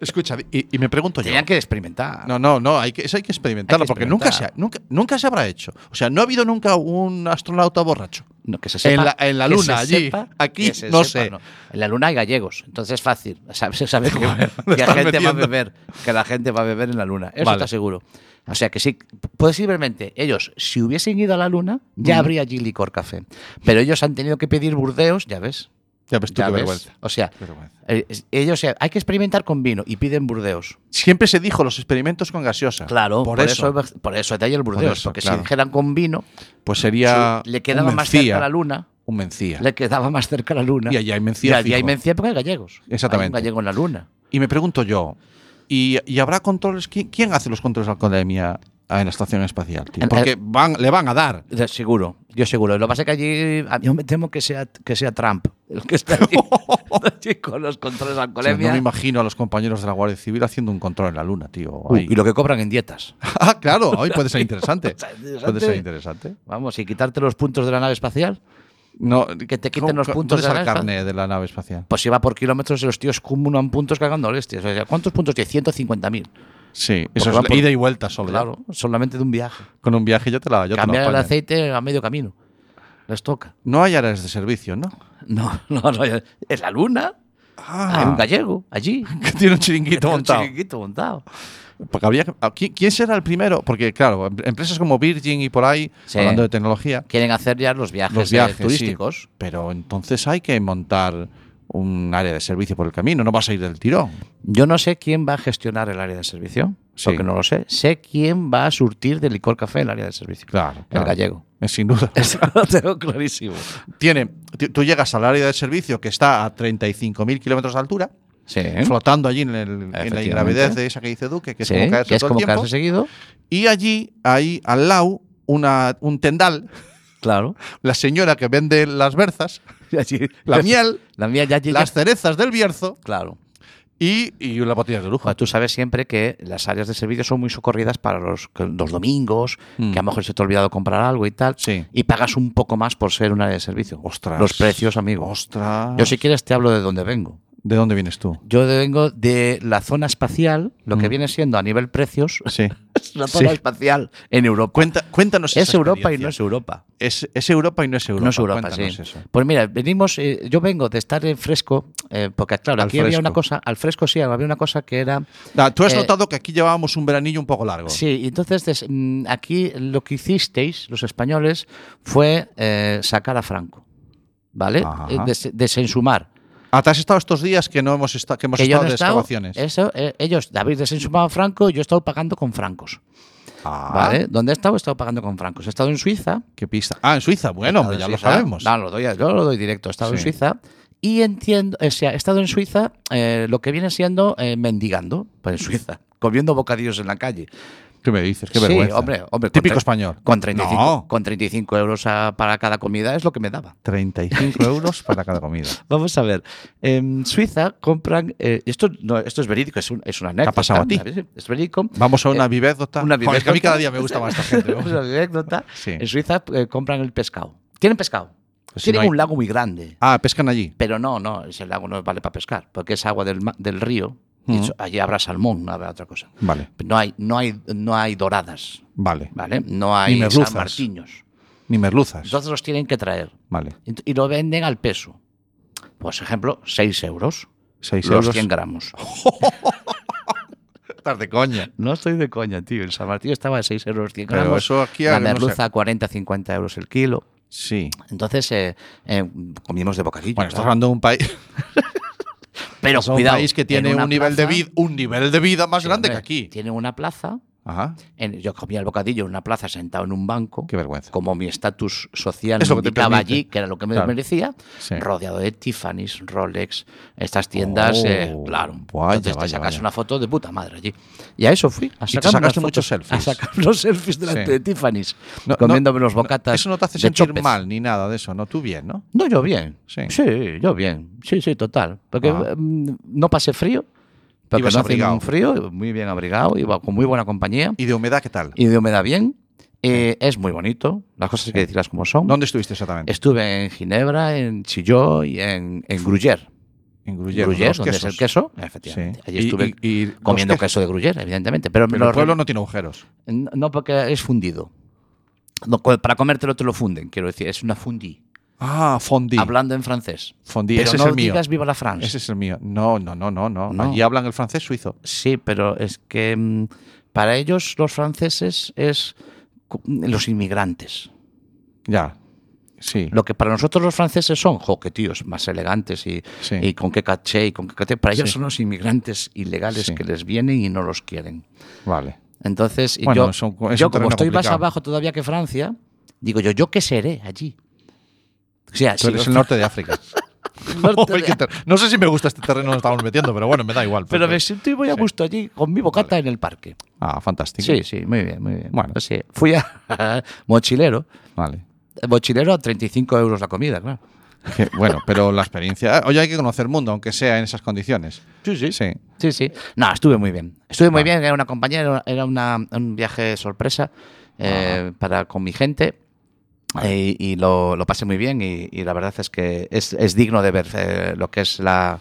[SPEAKER 3] Escucha, y, y me pregunto yo.
[SPEAKER 4] Tenían que experimentar.
[SPEAKER 3] No, no, no, hay que, eso hay que experimentarlo,
[SPEAKER 4] Hay que
[SPEAKER 3] porque nunca se, ha-
[SPEAKER 4] experimentar.
[SPEAKER 3] nunca, nunca se habrá hecho. O sea, no ha habido nunca un astronauta borracho.
[SPEAKER 4] No, que se sepa,
[SPEAKER 3] En la- en la
[SPEAKER 4] que
[SPEAKER 3] luna,
[SPEAKER 4] se
[SPEAKER 3] allí. Aquí,
[SPEAKER 4] que se
[SPEAKER 3] no sé.
[SPEAKER 4] En la luna hay gallegos, entonces es fácil. Sabes, se sabe que, que la
[SPEAKER 3] estás
[SPEAKER 4] gente va a
[SPEAKER 3] metiendo.
[SPEAKER 4] beber, que la gente va a beber en la luna. Eso
[SPEAKER 3] Vale.
[SPEAKER 4] está seguro. O sea que sí, posiblemente ellos, si hubiesen ido a la luna, ya habría allí licor café. Pero ellos han tenido que pedir burdeos, ya ves.
[SPEAKER 3] Ya ves Pues tú,
[SPEAKER 4] ya
[SPEAKER 3] qué
[SPEAKER 4] ves.
[SPEAKER 3] vergüenza.
[SPEAKER 4] O sea,
[SPEAKER 3] Qué vergüenza.
[SPEAKER 4] eh, es- ellos eh, hay que experimentar con vino y piden burdeos.
[SPEAKER 3] Siempre se dijo los experimentos con gaseosa.
[SPEAKER 4] Claro,
[SPEAKER 3] por,
[SPEAKER 4] por,
[SPEAKER 3] eso.
[SPEAKER 4] eso. por eso detalle el burdeos,
[SPEAKER 3] eso,
[SPEAKER 4] porque
[SPEAKER 3] claro.
[SPEAKER 4] si dijeran con vino,
[SPEAKER 3] Pues sería.
[SPEAKER 4] le quedaba
[SPEAKER 3] un
[SPEAKER 4] más
[SPEAKER 3] mencía,
[SPEAKER 4] cerca la luna.
[SPEAKER 3] Un mencía.
[SPEAKER 4] le quedaba más cerca la luna.
[SPEAKER 3] Y allí hay Mencía
[SPEAKER 4] Y allí hay
[SPEAKER 3] fijo.
[SPEAKER 4] Mencía porque hay gallegos.
[SPEAKER 3] Exactamente.
[SPEAKER 4] Hay un gallego en la luna.
[SPEAKER 3] Y me pregunto yo, ¿y, y habrá controles? ¿Qui- ¿Quién, hace los controles de alcoholemia en la estación espacial? tío?
[SPEAKER 4] En-
[SPEAKER 3] Porque van, le van a dar.
[SPEAKER 4] De- Seguro, yo seguro. Lo que pasa es que allí a- yo me temo que sea, que sea Trump el que está allí, allí con los controles de
[SPEAKER 3] O sea,
[SPEAKER 4] alcoholemia.
[SPEAKER 3] no me imagino a los compañeros de la Guardia Civil haciendo un control en la Luna, tío.
[SPEAKER 4] Uy,
[SPEAKER 3] ahí.
[SPEAKER 4] y lo que cobran en dietas.
[SPEAKER 3] ah, claro, hoy puede ser interesante.
[SPEAKER 4] interesante.
[SPEAKER 3] puede ser interesante.
[SPEAKER 4] Vamos, y quitarte los puntos de la nave espacial.
[SPEAKER 3] No,
[SPEAKER 4] Que te quiten
[SPEAKER 3] ¿cómo-
[SPEAKER 4] los
[SPEAKER 3] cómo-
[SPEAKER 4] puntos
[SPEAKER 3] ¿Dónde
[SPEAKER 4] de
[SPEAKER 3] está el
[SPEAKER 4] la nave
[SPEAKER 3] carnet de la nave espacial?
[SPEAKER 4] Pues si va por kilómetros y los tíos acumulan puntos cagando hostias. O sea, ¿Cuántos puntos tiene? 150.000.
[SPEAKER 3] Sí, eso
[SPEAKER 4] va
[SPEAKER 3] es
[SPEAKER 4] por-
[SPEAKER 3] ida y vuelta solo. ya.
[SPEAKER 4] Claro, solamente de un viaje.
[SPEAKER 3] Con un viaje ya te la yo te lo
[SPEAKER 4] Cambiar el
[SPEAKER 3] apaño.
[SPEAKER 4] aceite a medio camino. Les toca.
[SPEAKER 3] No hay áreas de servicio, ¿no?
[SPEAKER 4] No, no, no. Es la luna.
[SPEAKER 3] Ah,
[SPEAKER 4] Hay un gallego allí.
[SPEAKER 3] que tiene un chiringuito
[SPEAKER 4] Un
[SPEAKER 3] montado.
[SPEAKER 4] chiringuito montado.
[SPEAKER 3] Porque habría que- ¿Qui- ¿Quién será el primero? Porque, claro, em- empresas como Virgin y por ahí,
[SPEAKER 4] Sí.
[SPEAKER 3] hablando de tecnología,
[SPEAKER 4] Quieren hacer ya los viajes,
[SPEAKER 3] los
[SPEAKER 4] eh,
[SPEAKER 3] viajes sí.
[SPEAKER 4] turísticos.
[SPEAKER 3] Pero entonces hay que montar un área de servicio por el camino, no vas a ir del tirón.
[SPEAKER 4] Yo no sé quién va a gestionar el área de servicio,
[SPEAKER 3] Sí.
[SPEAKER 4] porque no lo sé. Sé quién va a surtir de licor café el área de servicio.
[SPEAKER 3] Claro,
[SPEAKER 4] El
[SPEAKER 3] claro.
[SPEAKER 4] gallego.
[SPEAKER 3] Eh, Sin duda.
[SPEAKER 4] Eso lo tengo clarísimo.
[SPEAKER 3] Tiene, ti- tú llegas al área de servicio que está a 35.000 kilómetros de altura,
[SPEAKER 4] Sí.
[SPEAKER 3] flotando allí en, el- en la
[SPEAKER 4] ¿Eh? Efectivamente.
[SPEAKER 3] ingravidez de esa que dice Duque, que es
[SPEAKER 4] Sí,
[SPEAKER 3] como caerse
[SPEAKER 4] que es
[SPEAKER 3] todo
[SPEAKER 4] como
[SPEAKER 3] el tiempo.
[SPEAKER 4] caerse seguido.
[SPEAKER 3] Y allí, ahí al lado, una, un tendal,
[SPEAKER 4] Claro.
[SPEAKER 3] la señora que vende las berzas,
[SPEAKER 4] Y allí-
[SPEAKER 3] la miel,
[SPEAKER 4] La miel ya llega.
[SPEAKER 3] las cerezas del Bierzo
[SPEAKER 4] Claro.
[SPEAKER 3] y, y una botella de lujo.
[SPEAKER 4] Joder, tú sabes siempre que las áreas de servicio son muy socorridas para los, que- los domingos,
[SPEAKER 3] Mm.
[SPEAKER 4] que a lo mejor se te ha olvidado comprar algo y tal.
[SPEAKER 3] Sí.
[SPEAKER 4] Y pagas un poco más por ser un área de servicio.
[SPEAKER 3] Ostras.
[SPEAKER 4] Los precios, amigo.
[SPEAKER 3] Ostras.
[SPEAKER 4] Yo si quieres te hablo de dónde vengo.
[SPEAKER 3] ¿De dónde vienes tú?
[SPEAKER 4] Yo vengo de la zona espacial, lo que
[SPEAKER 3] Mm.
[SPEAKER 4] viene siendo a nivel precios,
[SPEAKER 3] Sí.
[SPEAKER 4] es la zona
[SPEAKER 3] Sí.
[SPEAKER 4] espacial en Europa.
[SPEAKER 3] Cuenta, cuéntanos
[SPEAKER 4] es
[SPEAKER 3] esa
[SPEAKER 4] Europa y no
[SPEAKER 3] experiencia.
[SPEAKER 4] es Europa.
[SPEAKER 3] Es, es Europa y no es Europa.
[SPEAKER 4] no es Europa, sí.
[SPEAKER 3] Cuéntanos eso.
[SPEAKER 4] Pues mira, venimos, eh, yo vengo de estar en fresco, eh, porque claro,
[SPEAKER 3] Al
[SPEAKER 4] aquí había
[SPEAKER 3] fresco.
[SPEAKER 4] una cosa, al fresco sí, había una cosa que era...
[SPEAKER 3] Ah, Tú has
[SPEAKER 4] Eh,
[SPEAKER 3] notado que aquí llevábamos un veranillo un poco largo.
[SPEAKER 4] Sí, y entonces des- mm, aquí lo que hicisteis, los españoles, fue eh, sacar a Franco, ¿vale?
[SPEAKER 3] Ajá.
[SPEAKER 4] Eh, des- desensumar.
[SPEAKER 3] Ah, te has estado estos días que no hemos, esta- que hemos
[SPEAKER 4] Que yo
[SPEAKER 3] estado
[SPEAKER 4] no he
[SPEAKER 3] de
[SPEAKER 4] estado-
[SPEAKER 3] excavaciones.
[SPEAKER 4] eso, eh, ellos habéis desensumado a Franco, yo he estado pagando con francos.
[SPEAKER 3] Ah,
[SPEAKER 4] ¿Vale? ¿Dónde he estado? He estado pagando con francos. He estado en Suiza.
[SPEAKER 3] Qué pista. Ah, en Suiza. Bueno, hombre,
[SPEAKER 4] He
[SPEAKER 3] ya
[SPEAKER 4] estado en
[SPEAKER 3] lo
[SPEAKER 4] Suiza.
[SPEAKER 3] sabemos.
[SPEAKER 4] No, lo doy, yo lo doy directo. He estado en
[SPEAKER 3] Sí.
[SPEAKER 4] Suiza y entiendo, o sea, he estado en Suiza eh, lo que viene siendo eh, mendigando, pues en Suiza, comiendo bocadillos en la calle.
[SPEAKER 3] ¿Qué me dices? Qué
[SPEAKER 4] sí,
[SPEAKER 3] vergüenza.
[SPEAKER 4] hombre, hombre. con
[SPEAKER 3] Típico
[SPEAKER 4] tre-
[SPEAKER 3] español.
[SPEAKER 4] Con 35,
[SPEAKER 3] No.
[SPEAKER 4] con 35 euros a- para cada comida es lo que me daba.
[SPEAKER 3] 35 euros para cada comida.
[SPEAKER 4] Vamos a ver. En Suiza compran. eh, esto, no, esto es verídico, es, un, es una anécdota.
[SPEAKER 3] pasado a ti?
[SPEAKER 4] ¿sabes? Es verídico.
[SPEAKER 3] Vamos a una
[SPEAKER 4] Eh,
[SPEAKER 3] vivédota.
[SPEAKER 4] una
[SPEAKER 3] Joder, es que a mí
[SPEAKER 4] vivédota.
[SPEAKER 3] cada día me gusta más esta gente.
[SPEAKER 4] Es una anécdota.
[SPEAKER 3] Sí.
[SPEAKER 4] En Suiza eh, compran el pescado. Tienen pescado.
[SPEAKER 3] Pues si
[SPEAKER 4] Tienen
[SPEAKER 3] no hay-
[SPEAKER 4] un lago muy grande.
[SPEAKER 3] Ah, pescan allí.
[SPEAKER 4] Pero no, no, ese lago no vale para pescar, porque es agua del, ma- del río. y
[SPEAKER 3] Ujú.
[SPEAKER 4] eso- allí habrá salmón, no habrá otra cosa.
[SPEAKER 3] Vale,
[SPEAKER 4] No hay, no hay, no hay doradas,
[SPEAKER 3] vale.
[SPEAKER 4] ¿vale? No hay
[SPEAKER 3] merluzas.
[SPEAKER 4] san martiños.
[SPEAKER 3] Ni merluzas.
[SPEAKER 4] Pues Entonces los tienen que traer.
[SPEAKER 3] Vale.
[SPEAKER 4] Ent- Y lo venden al peso. Por ejemplo, 6 euros.
[SPEAKER 3] 6
[SPEAKER 4] los
[SPEAKER 3] euros.
[SPEAKER 4] 100 gramos.
[SPEAKER 3] Estás de coña.
[SPEAKER 4] No estoy de coña, tío. El San Martín estaba a 6 euros 100
[SPEAKER 3] Pero
[SPEAKER 4] gramos.
[SPEAKER 3] eso aquí
[SPEAKER 4] la
[SPEAKER 3] no sé.
[SPEAKER 4] merluza a 40, 50 euros el kilo.
[SPEAKER 3] Sí.
[SPEAKER 4] Entonces eh, eh, comimos de bocadillo.
[SPEAKER 3] Bueno, estás
[SPEAKER 4] claro.
[SPEAKER 3] hablando de un país,
[SPEAKER 4] Pero
[SPEAKER 3] es un
[SPEAKER 4] cuidado,
[SPEAKER 3] país que
[SPEAKER 4] en
[SPEAKER 3] tiene
[SPEAKER 4] una
[SPEAKER 3] un nivel, de
[SPEAKER 4] plaza-
[SPEAKER 3] vida, un nivel de vida más
[SPEAKER 4] Sí,
[SPEAKER 3] grande que
[SPEAKER 4] hombre,
[SPEAKER 3] aquí.
[SPEAKER 4] Tiene una plaza.
[SPEAKER 3] Ajá.
[SPEAKER 4] en- yo comía el bocadillo en una plaza sentado en un banco.
[SPEAKER 3] Qué vergüenza.
[SPEAKER 4] Como mi estatus social
[SPEAKER 3] Es lo que te
[SPEAKER 4] indicaba
[SPEAKER 3] permite.
[SPEAKER 4] allí, que era lo que me
[SPEAKER 3] Claro.
[SPEAKER 4] merecía,
[SPEAKER 3] Sí.
[SPEAKER 4] rodeado de Tiffany's, Rolex, estas tiendas,
[SPEAKER 3] Oh,
[SPEAKER 4] eh, claro.
[SPEAKER 3] vaya,
[SPEAKER 4] Entonces
[SPEAKER 3] vaya,
[SPEAKER 4] te sacas
[SPEAKER 3] vaya.
[SPEAKER 4] una foto de puta madre allí. Y a eso fui. A
[SPEAKER 3] te
[SPEAKER 4] sacarme
[SPEAKER 3] sacaste
[SPEAKER 4] unas fotos,
[SPEAKER 3] muchos selfies.
[SPEAKER 4] A sacar los selfies delante
[SPEAKER 3] Sí.
[SPEAKER 4] de Tiffany's,
[SPEAKER 3] No,
[SPEAKER 4] comiéndome
[SPEAKER 3] no,
[SPEAKER 4] los bocatas.
[SPEAKER 3] Eso no te hace
[SPEAKER 4] de
[SPEAKER 3] sentir
[SPEAKER 4] choppers.
[SPEAKER 3] mal ni nada de eso, ¿no? Tú bien, ¿no?
[SPEAKER 4] No, yo bien.
[SPEAKER 3] Sí.
[SPEAKER 4] Sí. yo bien. Sí, sí, total. Porque
[SPEAKER 3] Ajá.
[SPEAKER 4] mm, no pasé frío. Porque
[SPEAKER 3] Ibas
[SPEAKER 4] no hacía
[SPEAKER 3] abrigado.
[SPEAKER 4] ningún frío, muy bien abrigado, iba con muy buena compañía
[SPEAKER 3] ¿Y de humedad qué tal?
[SPEAKER 4] y de humedad bien. Eh, es muy bonito, las cosas hay que decirlas como son.
[SPEAKER 3] ¿Dónde estuviste exactamente?
[SPEAKER 4] Estuve en Ginebra, en Chilló y en, en Gruyère.
[SPEAKER 3] En Gruyère.
[SPEAKER 4] Gruyère,
[SPEAKER 3] los
[SPEAKER 4] donde es
[SPEAKER 3] quesos.
[SPEAKER 4] el queso.
[SPEAKER 3] Sí.
[SPEAKER 4] Efectivamente. Allí
[SPEAKER 3] Y-
[SPEAKER 4] estuve
[SPEAKER 3] y- y los
[SPEAKER 4] comiendo
[SPEAKER 3] que-
[SPEAKER 4] queso de Gruyère, evidentemente. Pero,
[SPEAKER 3] Pero
[SPEAKER 4] lo-
[SPEAKER 3] el pueblo no tiene agujeros.
[SPEAKER 4] no porque es fundido. No, co- para comértelo te lo funden, quiero decir. Es una fundi.
[SPEAKER 3] Ah, fondí.
[SPEAKER 4] Hablando en francés.
[SPEAKER 3] Fondí,
[SPEAKER 4] pero
[SPEAKER 3] ese
[SPEAKER 4] no
[SPEAKER 3] es el mío.
[SPEAKER 4] digas viva la France.
[SPEAKER 3] Ese es el mío. No, no, no, no, no.
[SPEAKER 4] No.
[SPEAKER 3] Allí hablan el francés suizo.
[SPEAKER 4] Sí, pero es que mm, para ellos los franceses es cu- los inmigrantes.
[SPEAKER 3] Ya. Sí.
[SPEAKER 4] Lo que para nosotros los franceses son, jo, qué tíos, más elegantes y,
[SPEAKER 3] Sí.
[SPEAKER 4] y con qué caché y con qué caché. Para ellos
[SPEAKER 3] Sí.
[SPEAKER 4] son los inmigrantes ilegales
[SPEAKER 3] Sí.
[SPEAKER 4] que les vienen y no los quieren.
[SPEAKER 3] Vale.
[SPEAKER 4] Entonces, y
[SPEAKER 3] Bueno,
[SPEAKER 4] yo,
[SPEAKER 3] es un- es
[SPEAKER 4] yo
[SPEAKER 3] un
[SPEAKER 4] como
[SPEAKER 3] terreno
[SPEAKER 4] estoy más
[SPEAKER 3] complicado.
[SPEAKER 4] abajo todavía que Francia, digo yo, ¿yo qué seré allí? O sea,
[SPEAKER 3] Tú
[SPEAKER 4] si
[SPEAKER 3] eres
[SPEAKER 4] los
[SPEAKER 3] el norte de África.
[SPEAKER 4] fra- norte
[SPEAKER 3] Uy,
[SPEAKER 4] de-
[SPEAKER 3] qué ter- no sé si me gusta este terreno donde estamos metiendo, pero bueno, me da igual.
[SPEAKER 4] pero
[SPEAKER 3] porque-
[SPEAKER 4] me siento muy a
[SPEAKER 3] Sí.
[SPEAKER 4] gusto allí con mi bocata en el parque.
[SPEAKER 3] Ah, fantástico.
[SPEAKER 4] Sí, sí, muy bien, muy bien.
[SPEAKER 3] Bueno.
[SPEAKER 4] Sí, fui a mochilero.
[SPEAKER 3] Vale.
[SPEAKER 4] Mochilero a 35 euros la comida, claro.
[SPEAKER 3] Que- bueno, pero la experiencia. Oye, hay que conocer mundo, aunque sea en esas condiciones.
[SPEAKER 4] Sí,
[SPEAKER 3] Sí.
[SPEAKER 4] Sí, sí. No, estuve muy bien. Estuve muy
[SPEAKER 3] Vale.
[SPEAKER 4] bien, era una compañera, era una- un viaje sorpresa eh, para con mi gente. eh, y lo, lo pasé muy bien y, y la verdad es que es, es digno de ver eh, lo que es la...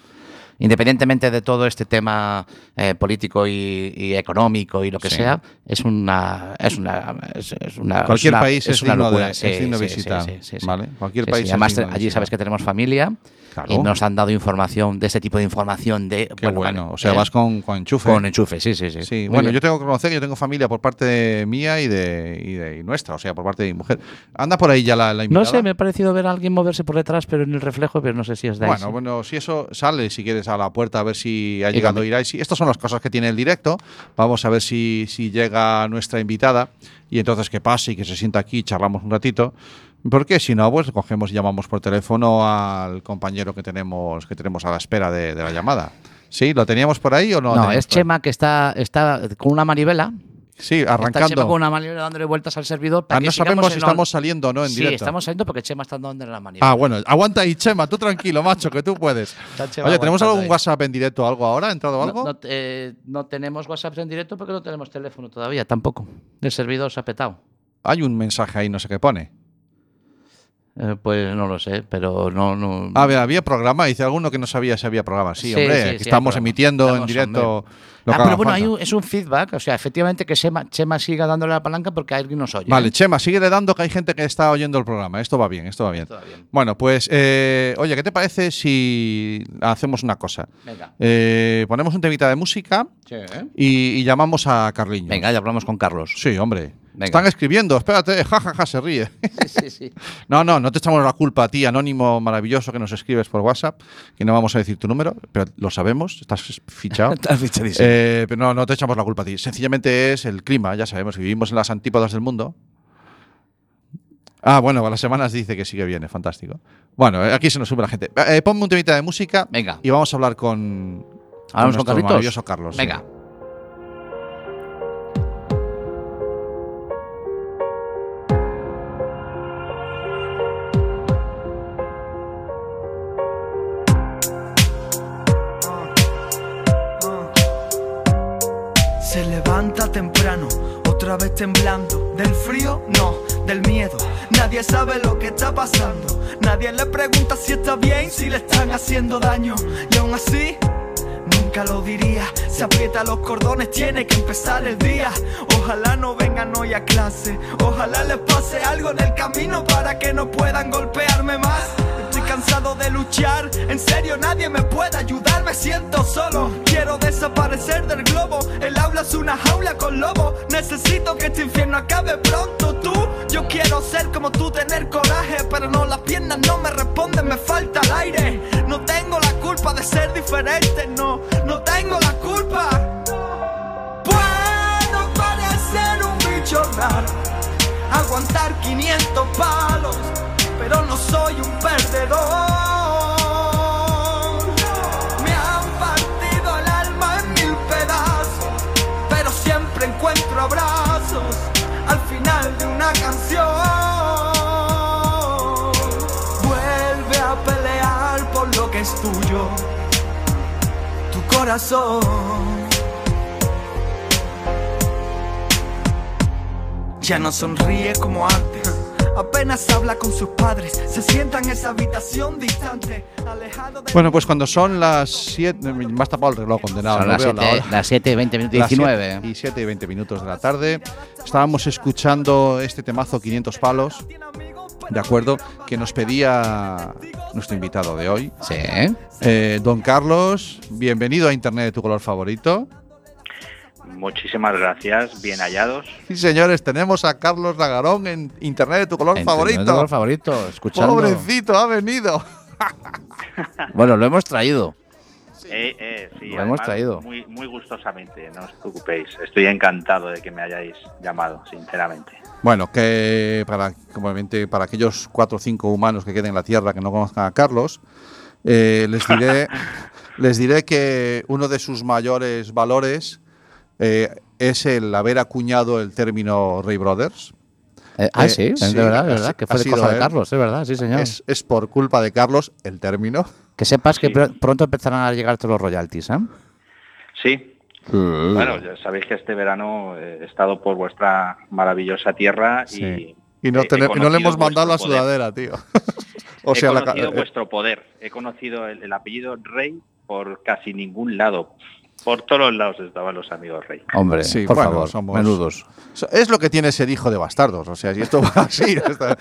[SPEAKER 4] Independientemente de todo este tema eh, político y, y económico y lo que
[SPEAKER 3] Sí.
[SPEAKER 4] sea, es una es una es, es una
[SPEAKER 3] Cualquier
[SPEAKER 4] es una-
[SPEAKER 3] país es,
[SPEAKER 4] una
[SPEAKER 3] digno
[SPEAKER 4] locura.
[SPEAKER 3] de,
[SPEAKER 4] Sí,
[SPEAKER 3] es digno de
[SPEAKER 4] sí, sí,
[SPEAKER 3] visita.
[SPEAKER 4] sí, sí, sí.
[SPEAKER 3] ¿Vale? Cualquier
[SPEAKER 4] Sí, sí,
[SPEAKER 3] país. es
[SPEAKER 4] Además,
[SPEAKER 3] digno de
[SPEAKER 4] allí
[SPEAKER 3] visita.
[SPEAKER 4] sabes que tenemos familia
[SPEAKER 3] Claro.
[SPEAKER 4] y nos han dado información de este tipo de información de
[SPEAKER 3] Qué bueno.
[SPEAKER 4] vale,
[SPEAKER 3] o sea,
[SPEAKER 4] eh,
[SPEAKER 3] vas con, con enchufe.
[SPEAKER 4] con enchufe, sí, sí, sí.
[SPEAKER 3] Sí,
[SPEAKER 4] Muy
[SPEAKER 3] bueno,
[SPEAKER 4] bien.
[SPEAKER 3] yo tengo que reconocer que yo tengo familia por parte de mía y de, y de- y nuestra, o sea, por parte de mi mujer. Anda por ahí ya la, la invitada.
[SPEAKER 4] No sé, me ha parecido ver a alguien moverse por detrás, pero en el reflejo, pero no sé si es de ahí,
[SPEAKER 3] Bueno,
[SPEAKER 4] sí.
[SPEAKER 3] bueno, si eso sale, si quieres, a la puerta a ver si ha
[SPEAKER 4] Y
[SPEAKER 3] llegado
[SPEAKER 4] también-
[SPEAKER 3] Iraisi. Estas son las cosas que tiene el directo. Vamos a ver si, si llega nuestra invitada y entonces que pase y que se sienta aquí, charlamos un ratito. Porque si no, pues cogemos y llamamos por teléfono al compañero que tenemos, que tenemos a la espera de, de la llamada. ¿Sí? ¿Lo teníamos por ahí o no? lo
[SPEAKER 4] No,
[SPEAKER 3] teníamos
[SPEAKER 4] es
[SPEAKER 3] por ahí?
[SPEAKER 4] Chema que está, está con una manivela.
[SPEAKER 3] Sí,
[SPEAKER 4] Está Chema con
[SPEAKER 3] arrancando.
[SPEAKER 4] una manivela dándole vueltas al servidor. Para
[SPEAKER 3] Ah,
[SPEAKER 4] que
[SPEAKER 3] no
[SPEAKER 4] sigamos
[SPEAKER 3] sabemos si
[SPEAKER 4] en
[SPEAKER 3] estamos saliendo o no en
[SPEAKER 4] Sí,
[SPEAKER 3] directo.
[SPEAKER 4] estamos saliendo porque Chema está dando en la manivela.
[SPEAKER 3] Ah, bueno, aguanta ahí, Chema, tú tranquilo, macho, que tú puedes.
[SPEAKER 4] Está Chema
[SPEAKER 3] Oye, ¿tenemos
[SPEAKER 4] aguantando
[SPEAKER 3] algún
[SPEAKER 4] ahí.
[SPEAKER 3] WhatsApp en directo o algo ahora? ¿Ha entrado
[SPEAKER 4] No-
[SPEAKER 3] algo?
[SPEAKER 4] No, eh, no tenemos WhatsApp en directo porque no tenemos teléfono todavía, tampoco. El servidor se ha petado.
[SPEAKER 3] Hay un mensaje ahí, no sé qué pone.
[SPEAKER 4] Eh, pues no lo sé, pero no. no
[SPEAKER 3] A ver, había programa, dice alguno que no sabía si había programa. Sí,
[SPEAKER 4] Sí,
[SPEAKER 3] hombre,
[SPEAKER 4] sí, sí,
[SPEAKER 3] aquí
[SPEAKER 4] hay
[SPEAKER 3] estamos
[SPEAKER 4] programa.
[SPEAKER 3] emitiendo en
[SPEAKER 4] Estamos,
[SPEAKER 3] directo.
[SPEAKER 4] hombre.
[SPEAKER 3] lo que
[SPEAKER 4] Ah,
[SPEAKER 3] haga
[SPEAKER 4] pero bueno,
[SPEAKER 3] falta.
[SPEAKER 4] hay un- es un feedback, o sea, efectivamente que Chema, Chema siga dándole la palanca porque alguien nos oye.
[SPEAKER 3] Vale,
[SPEAKER 4] ¿eh?
[SPEAKER 3] Chema, sigue dando que hay gente que está oyendo el programa. Esto va bien, esto va bien.
[SPEAKER 4] Todo bien.
[SPEAKER 3] Bueno, pues, eh, oye, ¿qué te parece si hacemos una cosa?
[SPEAKER 4] Venga.
[SPEAKER 3] Eh, ponemos un temita de música
[SPEAKER 4] Sí, ¿eh?
[SPEAKER 3] y, y llamamos a Carliño.
[SPEAKER 4] Venga, ya hablamos con Carlos.
[SPEAKER 3] Sí, hombre.
[SPEAKER 4] Venga.
[SPEAKER 3] Están escribiendo, espérate, eh, jajaja, se ríe.
[SPEAKER 4] Sí, sí, sí.
[SPEAKER 3] No, no, no te echamos la culpa a ti, anónimo maravilloso que nos escribes por WhatsApp, que no vamos a decir tu número, pero lo sabemos, estás fichado. Eh, pero no, no te echamos la culpa a ti. Sencillamente es el clima, ya sabemos, que vivimos en las antípodas del mundo. Ah, bueno, a las semanas dice que sí que viene, fantástico. Bueno, eh, aquí se nos sube la gente. Eh, ponme un temita de música
[SPEAKER 4] Venga.
[SPEAKER 3] y vamos a hablar con,
[SPEAKER 4] Hablamos con
[SPEAKER 3] nuestro
[SPEAKER 4] Carlitos.
[SPEAKER 3] maravilloso Carlos. sí.
[SPEAKER 4] Venga.
[SPEAKER 5] Uh, Se levanta temprano, otra vez temblando. Del frío, no, del miedo. Nadie sabe lo que está pasando. Nadie le pregunta si está bien, si le están haciendo daño. Y aún así, nunca lo diría. Se aprieta los cordones, tiene que empezar el día. Ojalá no vengan hoy a clase. Ojalá les pase algo en el camino para que no puedan golpearme más. Estoy cansado de luchar, en serio nadie me puede ayudar, me siento solo. Quiero desaparecer del globo, el aula es una jaula con lobo. Necesito que este infierno acabe pronto, tú. Yo quiero ser como tú, tener coraje, pero no, las piernas no me responden, me falta el aire. No tengo la culpa de ser diferente, no, no tengo la culpa. Puedo parecer un bicho raro aguantar 500 palos, pero no soy un perdedor. Me han partido el alma en mil pedazos, pero siempre encuentro abrazos al final de una canción. Vuelve a pelear por lo que es tuyo, tu corazón. Ya no sonríe como antes. Apenas habla con sus padres, se sienta en esa habitación distante, alejado de
[SPEAKER 3] Bueno, pues cuando son las 7. Más tapado el reloj, condenado.
[SPEAKER 4] Son
[SPEAKER 3] no
[SPEAKER 4] las
[SPEAKER 3] veo la
[SPEAKER 4] 7,
[SPEAKER 3] hora.
[SPEAKER 4] las 7, 20 minutos,
[SPEAKER 3] Las
[SPEAKER 4] 19.
[SPEAKER 3] siete- Y 7 y 20 minutos de la tarde. Estábamos escuchando este temazo 500 palos, ¿de acuerdo? Que nos pedía nuestro invitado de hoy.
[SPEAKER 4] Sí.
[SPEAKER 3] Eh, don Carlos, bienvenido a Internet de tu color favorito.
[SPEAKER 6] Muchísimas gracias, bien hallados.
[SPEAKER 3] Sí, señores, tenemos a Carlos Lagarón en Internet de tu color
[SPEAKER 4] En tu
[SPEAKER 3] favorito.
[SPEAKER 4] color favorito, escuchando.
[SPEAKER 3] Pobrecito, ha venido.
[SPEAKER 4] Bueno, lo hemos traído.
[SPEAKER 6] Eh, eh, sí,
[SPEAKER 4] Lo hemos
[SPEAKER 6] además,
[SPEAKER 4] traído.
[SPEAKER 6] Muy, muy gustosamente, no os preocupéis. Estoy encantado de que me hayáis llamado, sinceramente.
[SPEAKER 3] Bueno, que para, obviamente, para aquellos cuatro o cinco humanos que queden en la Tierra que no conozcan a Carlos, eh, les, diré, les diré que uno de sus mayores valores eh, es el haber acuñado el término Ray Brothers.
[SPEAKER 4] Eh, ah,
[SPEAKER 3] Eh,
[SPEAKER 4] sí, es
[SPEAKER 3] sí,
[SPEAKER 4] verdad,
[SPEAKER 3] ha
[SPEAKER 4] es
[SPEAKER 3] si-
[SPEAKER 4] verdad. Que
[SPEAKER 3] ha
[SPEAKER 4] fue de
[SPEAKER 3] sido
[SPEAKER 4] cosa de
[SPEAKER 3] él.
[SPEAKER 4] Carlos, ¿eh? es verdad, sí, señor.
[SPEAKER 3] Es, es por culpa de Carlos el término.
[SPEAKER 4] que sepas que
[SPEAKER 6] Sí.
[SPEAKER 4] pr- pronto empezarán a llegarte los royalties, ¿eh?
[SPEAKER 6] Sí,
[SPEAKER 3] Mm.
[SPEAKER 6] bueno, ya sabéis que este verano eh, he estado por vuestra maravillosa tierra
[SPEAKER 3] Sí.
[SPEAKER 6] y,
[SPEAKER 3] Y no,
[SPEAKER 6] he- he
[SPEAKER 3] tene- y no le hemos
[SPEAKER 6] conocido
[SPEAKER 3] mandado la
[SPEAKER 6] vuestro poder.
[SPEAKER 3] sudadera, tío. o sea,
[SPEAKER 6] he
[SPEAKER 3] la ca-
[SPEAKER 6] conocido
[SPEAKER 3] eh,
[SPEAKER 6] vuestro poder, he conocido el, el apellido Rey por casi ningún lado. Por todos lados estaban los amigos Rey.
[SPEAKER 4] Hombre,
[SPEAKER 3] Sí,
[SPEAKER 4] por
[SPEAKER 3] bueno,
[SPEAKER 4] favor,
[SPEAKER 3] somos-
[SPEAKER 4] menudos.
[SPEAKER 3] So- Es lo que tiene ser hijo de bastardos. O sea, si esto va así. hasta-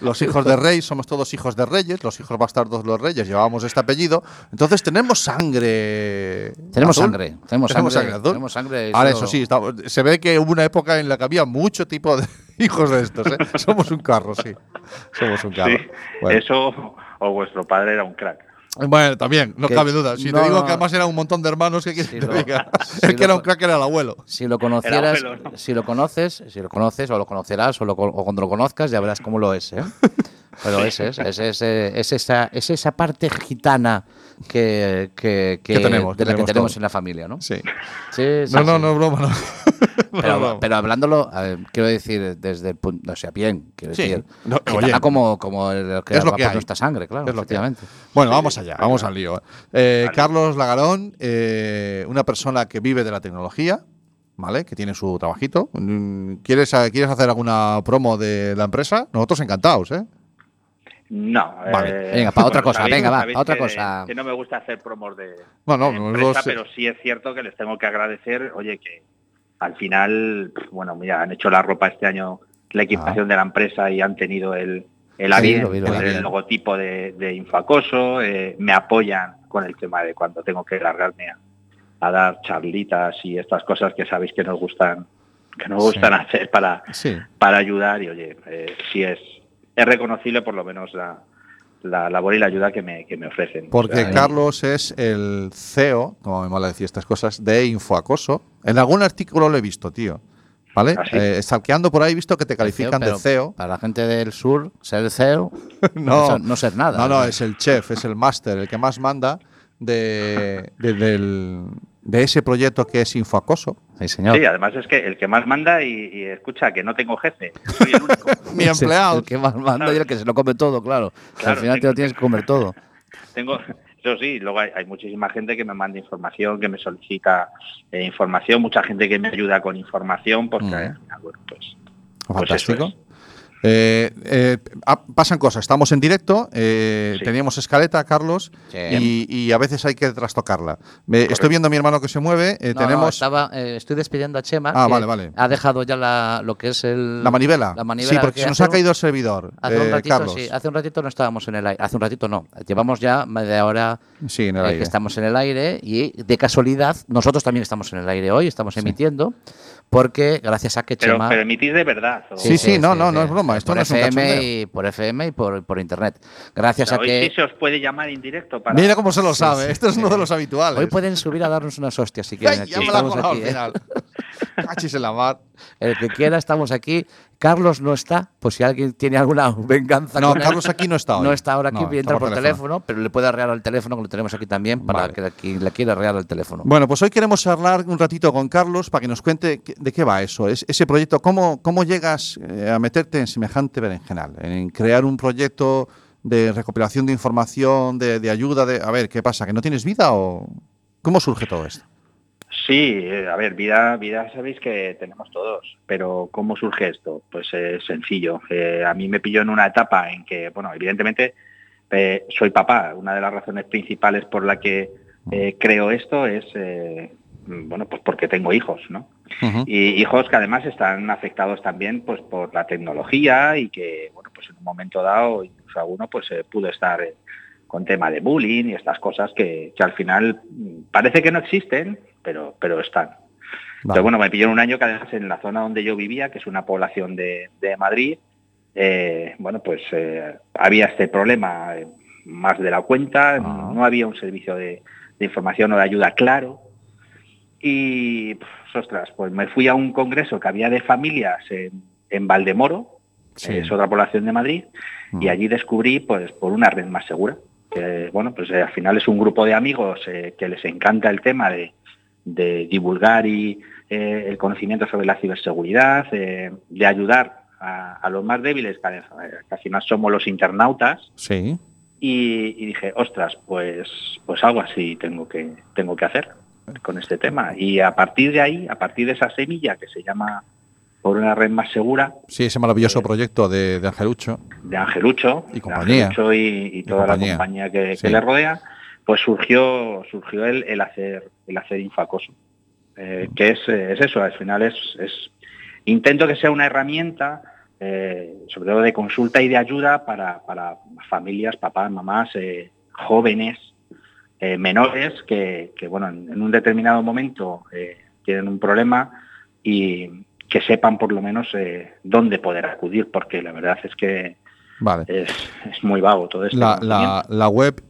[SPEAKER 3] los hijos de rey somos todos hijos de reyes, los hijos bastardos los reyes, llevábamos este apellido. Entonces tenemos sangre.
[SPEAKER 4] Tenemos
[SPEAKER 3] azul.
[SPEAKER 4] sangre, tenemos sangre,
[SPEAKER 3] azul.
[SPEAKER 4] tenemos sangre,
[SPEAKER 3] Ahora,
[SPEAKER 4] eso-
[SPEAKER 3] eso sí, estamos- se ve que hubo una época en la que había mucho tipo de hijos de estos. ¿eh? Somos un carro, sí. Somos un carro.
[SPEAKER 6] Sí,
[SPEAKER 3] Bueno.
[SPEAKER 6] Eso o vuestro padre era un crack.
[SPEAKER 3] Bueno, también, no
[SPEAKER 4] Que-
[SPEAKER 3] cabe duda. Si
[SPEAKER 4] no,
[SPEAKER 3] te digo
[SPEAKER 4] no.
[SPEAKER 3] que además eran un montón de hermanos, ¿qué quieres
[SPEAKER 4] Sí,
[SPEAKER 3] que
[SPEAKER 4] lo-
[SPEAKER 3] te diga?
[SPEAKER 4] sí,
[SPEAKER 3] el que
[SPEAKER 4] lo-
[SPEAKER 3] era un crack era el abuelo.
[SPEAKER 4] Si lo conocieras,
[SPEAKER 6] Era abuelo, ¿no?
[SPEAKER 4] si lo conoces, si lo conoces o lo conocerás o, lo con- o cuando lo conozcas ya verás cómo lo es, ¿eh? Pero ese es, es, es, eh, es esa, es esa parte gitana que, que,
[SPEAKER 3] Que tenemos,
[SPEAKER 4] de la
[SPEAKER 3] tenemos
[SPEAKER 4] que tenemos
[SPEAKER 3] todos.
[SPEAKER 4] en la familia, ¿no?
[SPEAKER 3] Sí.
[SPEAKER 4] Sí, sí,
[SPEAKER 3] No, no,
[SPEAKER 4] sí.
[SPEAKER 3] no, es broma, no. No, es broma.
[SPEAKER 4] Pero, pero hablándolo, a ver, quiero decir, desde el punto. No sea bien, quiero
[SPEAKER 3] Sí.
[SPEAKER 4] decir.
[SPEAKER 3] No,
[SPEAKER 4] gitana
[SPEAKER 3] oye,
[SPEAKER 4] como, como el que
[SPEAKER 3] es lo
[SPEAKER 4] va
[SPEAKER 3] que
[SPEAKER 4] por
[SPEAKER 3] hay.
[SPEAKER 4] nuestra sangre, claro,
[SPEAKER 3] Es lo que hay.
[SPEAKER 4] efectivamente.
[SPEAKER 3] Bueno, vamos allá, vamos al lío. Eh,
[SPEAKER 6] Vale.
[SPEAKER 3] Carlos Lagarón, eh, una persona que vive de la tecnología, ¿vale? Que tiene su trabajito. Mm, ¿Quieres, eh, ¿Quieres hacer alguna promo de la empresa? Nosotros encantados, ¿eh?
[SPEAKER 6] No. eh,
[SPEAKER 3] Vale.
[SPEAKER 4] Venga, pa' otra cosa, venga, va,
[SPEAKER 6] sabéis
[SPEAKER 4] pa' otra
[SPEAKER 6] que-
[SPEAKER 4] cosa.
[SPEAKER 6] Que no me gusta hacer promos de,
[SPEAKER 3] Bueno,
[SPEAKER 6] de
[SPEAKER 3] no,
[SPEAKER 6] empresa,
[SPEAKER 4] eh.
[SPEAKER 3] nosotros-
[SPEAKER 6] pero sí es cierto que les tengo que agradecer, oye, que al final, pf, bueno, mira, han hecho la ropa este año, la equipación de la empresa y han tenido el, el
[SPEAKER 4] Ah. Sí,
[SPEAKER 6] a bien
[SPEAKER 4] lo vi, lo
[SPEAKER 6] poner
[SPEAKER 4] vi.
[SPEAKER 6] el logotipo de, de Infacoso, eh, me apoyan con el tema de cuando tengo que largarme a, a dar charlitas y estas cosas que sabéis que nos gustan, que nos
[SPEAKER 3] Sí.
[SPEAKER 6] gustan hacer para,
[SPEAKER 3] eh, sí.
[SPEAKER 6] para ayudar y oye, eh, si es, es reconocible por lo menos la, la labor y la ayuda que me, que me ofrecen.
[SPEAKER 3] Porque
[SPEAKER 6] O sea,
[SPEAKER 3] Carlos es el CEO, como me mola decir estas cosas, de Infoacoso. En algún artículo lo he visto, tío. ¿Vale?
[SPEAKER 6] ¿Ah, sí?
[SPEAKER 3] Eh, stalkeando por ahí he visto que te califican
[SPEAKER 4] E pero
[SPEAKER 3] de CEO.
[SPEAKER 4] Para la gente del sur, ser CEO,
[SPEAKER 3] No,
[SPEAKER 4] eso, no ser nada.
[SPEAKER 3] No, no, es el chef, es el máster, el que más manda de, de- del- de ese proyecto que es Infoacoso.
[SPEAKER 6] Pues
[SPEAKER 4] Sí, señor.
[SPEAKER 6] Sí, además es que el que más manda y, y escucha que no tengo jefe, soy el único.
[SPEAKER 3] Mi
[SPEAKER 4] Es el-
[SPEAKER 3] empleado.
[SPEAKER 4] El que más manda y el que se lo come todo, claro.
[SPEAKER 6] Claro,
[SPEAKER 4] Al final te lo tienes que comer todo.
[SPEAKER 6] tengo, eso sí, luego hay, hay muchísima gente que me manda información, que me solicita eh, información, mucha gente que me ayuda con información, porque
[SPEAKER 3] Mm.
[SPEAKER 6] al final, bueno, pues Pues eso
[SPEAKER 3] Fantástico. Eh, eh, ah, pasan cosas, estamos en directo, eh,
[SPEAKER 6] Sí.
[SPEAKER 3] teníamos escaleta, Carlos,
[SPEAKER 4] Sí.
[SPEAKER 3] y, y a veces hay que trastocarla. Me- estoy viendo a mi hermano que se mueve, eh,
[SPEAKER 4] No, no,
[SPEAKER 3] tenemos
[SPEAKER 4] estaba, eh, estoy despidiendo a Chema.
[SPEAKER 3] Ah,
[SPEAKER 4] que
[SPEAKER 3] vale, vale.
[SPEAKER 4] Ha dejado ya la, lo que es el.
[SPEAKER 3] la manivela.
[SPEAKER 4] La manivela
[SPEAKER 3] Sí, porque
[SPEAKER 4] que
[SPEAKER 3] se nos
[SPEAKER 4] hace
[SPEAKER 3] ha
[SPEAKER 4] un-
[SPEAKER 3] caído el servidor,
[SPEAKER 4] Hace un
[SPEAKER 3] eh,
[SPEAKER 4] ratito,
[SPEAKER 3] Carlos.
[SPEAKER 4] sí, hace un ratito no estábamos en el aire. Hace un ratito no. Llevamos ya media hora
[SPEAKER 3] Sí, en el
[SPEAKER 4] eh,
[SPEAKER 3] aire.
[SPEAKER 4] que estamos en el aire y de casualidad nosotros también estamos en el aire hoy, estamos emitiendo, porque gracias a que
[SPEAKER 6] pero,
[SPEAKER 4] Chema...
[SPEAKER 6] pero emitís de verdad. o-
[SPEAKER 3] Sí, sí, no, no, no es broma, esto
[SPEAKER 4] por
[SPEAKER 3] no es un
[SPEAKER 4] FM
[SPEAKER 3] cachondeo.
[SPEAKER 4] y Por FM y por, por internet.
[SPEAKER 6] o
[SPEAKER 4] Gracias
[SPEAKER 6] sea,
[SPEAKER 4] a
[SPEAKER 6] hoy
[SPEAKER 4] que...
[SPEAKER 6] sí se os puede llamar en directo para...
[SPEAKER 3] Mira cómo se lo sabe, esto es uno de los habituales.
[SPEAKER 4] Hoy pueden subir a darnos unas hostias si quieren.
[SPEAKER 3] Ay,
[SPEAKER 4] aquí.
[SPEAKER 3] ya me la ha
[SPEAKER 4] Estamos
[SPEAKER 3] colado
[SPEAKER 4] aquí,
[SPEAKER 3] al
[SPEAKER 4] ¿eh?
[SPEAKER 3] final. Cachis en la mar.
[SPEAKER 4] El que quiera, estamos aquí. Carlos no está, pues si alguien tiene alguna venganza
[SPEAKER 3] No,
[SPEAKER 4] con él,
[SPEAKER 3] Carlos aquí no está hoy.
[SPEAKER 4] No está ahora aquí,
[SPEAKER 3] No, está
[SPEAKER 4] entra
[SPEAKER 3] por
[SPEAKER 4] por teléfono. pero le puede arrear al teléfono, que lo tenemos aquí también, para
[SPEAKER 3] Vale.
[SPEAKER 4] que quien le quiera arrear al teléfono.
[SPEAKER 3] Bueno, pues hoy queremos charlar un ratito con Carlos para que nos cuente qué- de qué va eso, es- ese proyecto, cómo, cómo llegas eh, a meterte en semejante berenjenal, en crear un proyecto de recopilación de información, de, de ayuda, de... A ver, ¿qué pasa? ¿Que no tienes vida o...? ¿Cómo surge todo esto?
[SPEAKER 6] Sí, eh, a ver, vida, vida sabéis que tenemos todos, pero ¿cómo surge esto? Pues es sencillo. Eh, a mí me pilló en una etapa en que, bueno, evidentemente eh, soy papá. Una de las razones principales por la que eh, creo esto es, eh, bueno, pues porque tengo hijos, ¿no?
[SPEAKER 4] Ujú.
[SPEAKER 6] Y hijos que además están afectados también pues por la tecnología y que, bueno, pues en un momento dado, incluso alguno, pues eh, pudo estar eh, con tema de bullying y estas cosas que, que al final mm, parece que no existen, pero, pero están. Entonces, bueno, me pilló en un año que además en la zona donde yo vivía, que es una población de, de Madrid, eh, bueno, pues eh, había este problema eh, más de la cuenta,
[SPEAKER 4] Ah.
[SPEAKER 6] no había un servicio de, de información o de ayuda claro. Y, pues, ostras, pues me fui a un congreso que había de familias en, en Valdemoro,
[SPEAKER 3] Sí.
[SPEAKER 6] que es otra población de Madrid, y allí descubrí, pues, por una red más segura. Que, bueno, pues eh, al final es un grupo de amigos eh, que les encanta el tema de, de divulgar y eh, el conocimiento sobre la ciberseguridad, eh, de ayudar a, a los más débiles, que al- que al final somos los internautas,
[SPEAKER 3] Sí.
[SPEAKER 6] y, y dije, ostras, pues, pues algo así tengo que, tengo que hacer con este tema. Y a partir de ahí, a partir de esa semilla que se llama por una red más segura,
[SPEAKER 3] Sí, ese maravilloso
[SPEAKER 6] Eh,
[SPEAKER 3] proyecto de, de Angelucho.
[SPEAKER 6] de Angelucho,
[SPEAKER 3] Y
[SPEAKER 6] de
[SPEAKER 3] compañía.
[SPEAKER 6] Angelucho y, y toda
[SPEAKER 3] compañía.
[SPEAKER 6] la compañía que, que
[SPEAKER 3] Sí.
[SPEAKER 6] le rodea, pues surgió, surgió el, el hacer, el hacer Infacoso. Eh, que es, eh, es eso, al final es, es- intento que sea una herramienta, eh, sobre todo de consulta y de ayuda para, para familias, papás, mamás, eh, jóvenes, eh, menores, que, que, bueno, en, en un determinado momento eh, tienen un problema y que sepan por lo menos eh, dónde poder acudir, porque la verdad es que
[SPEAKER 3] Vale.
[SPEAKER 6] es, es muy vago todo esto.
[SPEAKER 3] La, la, la web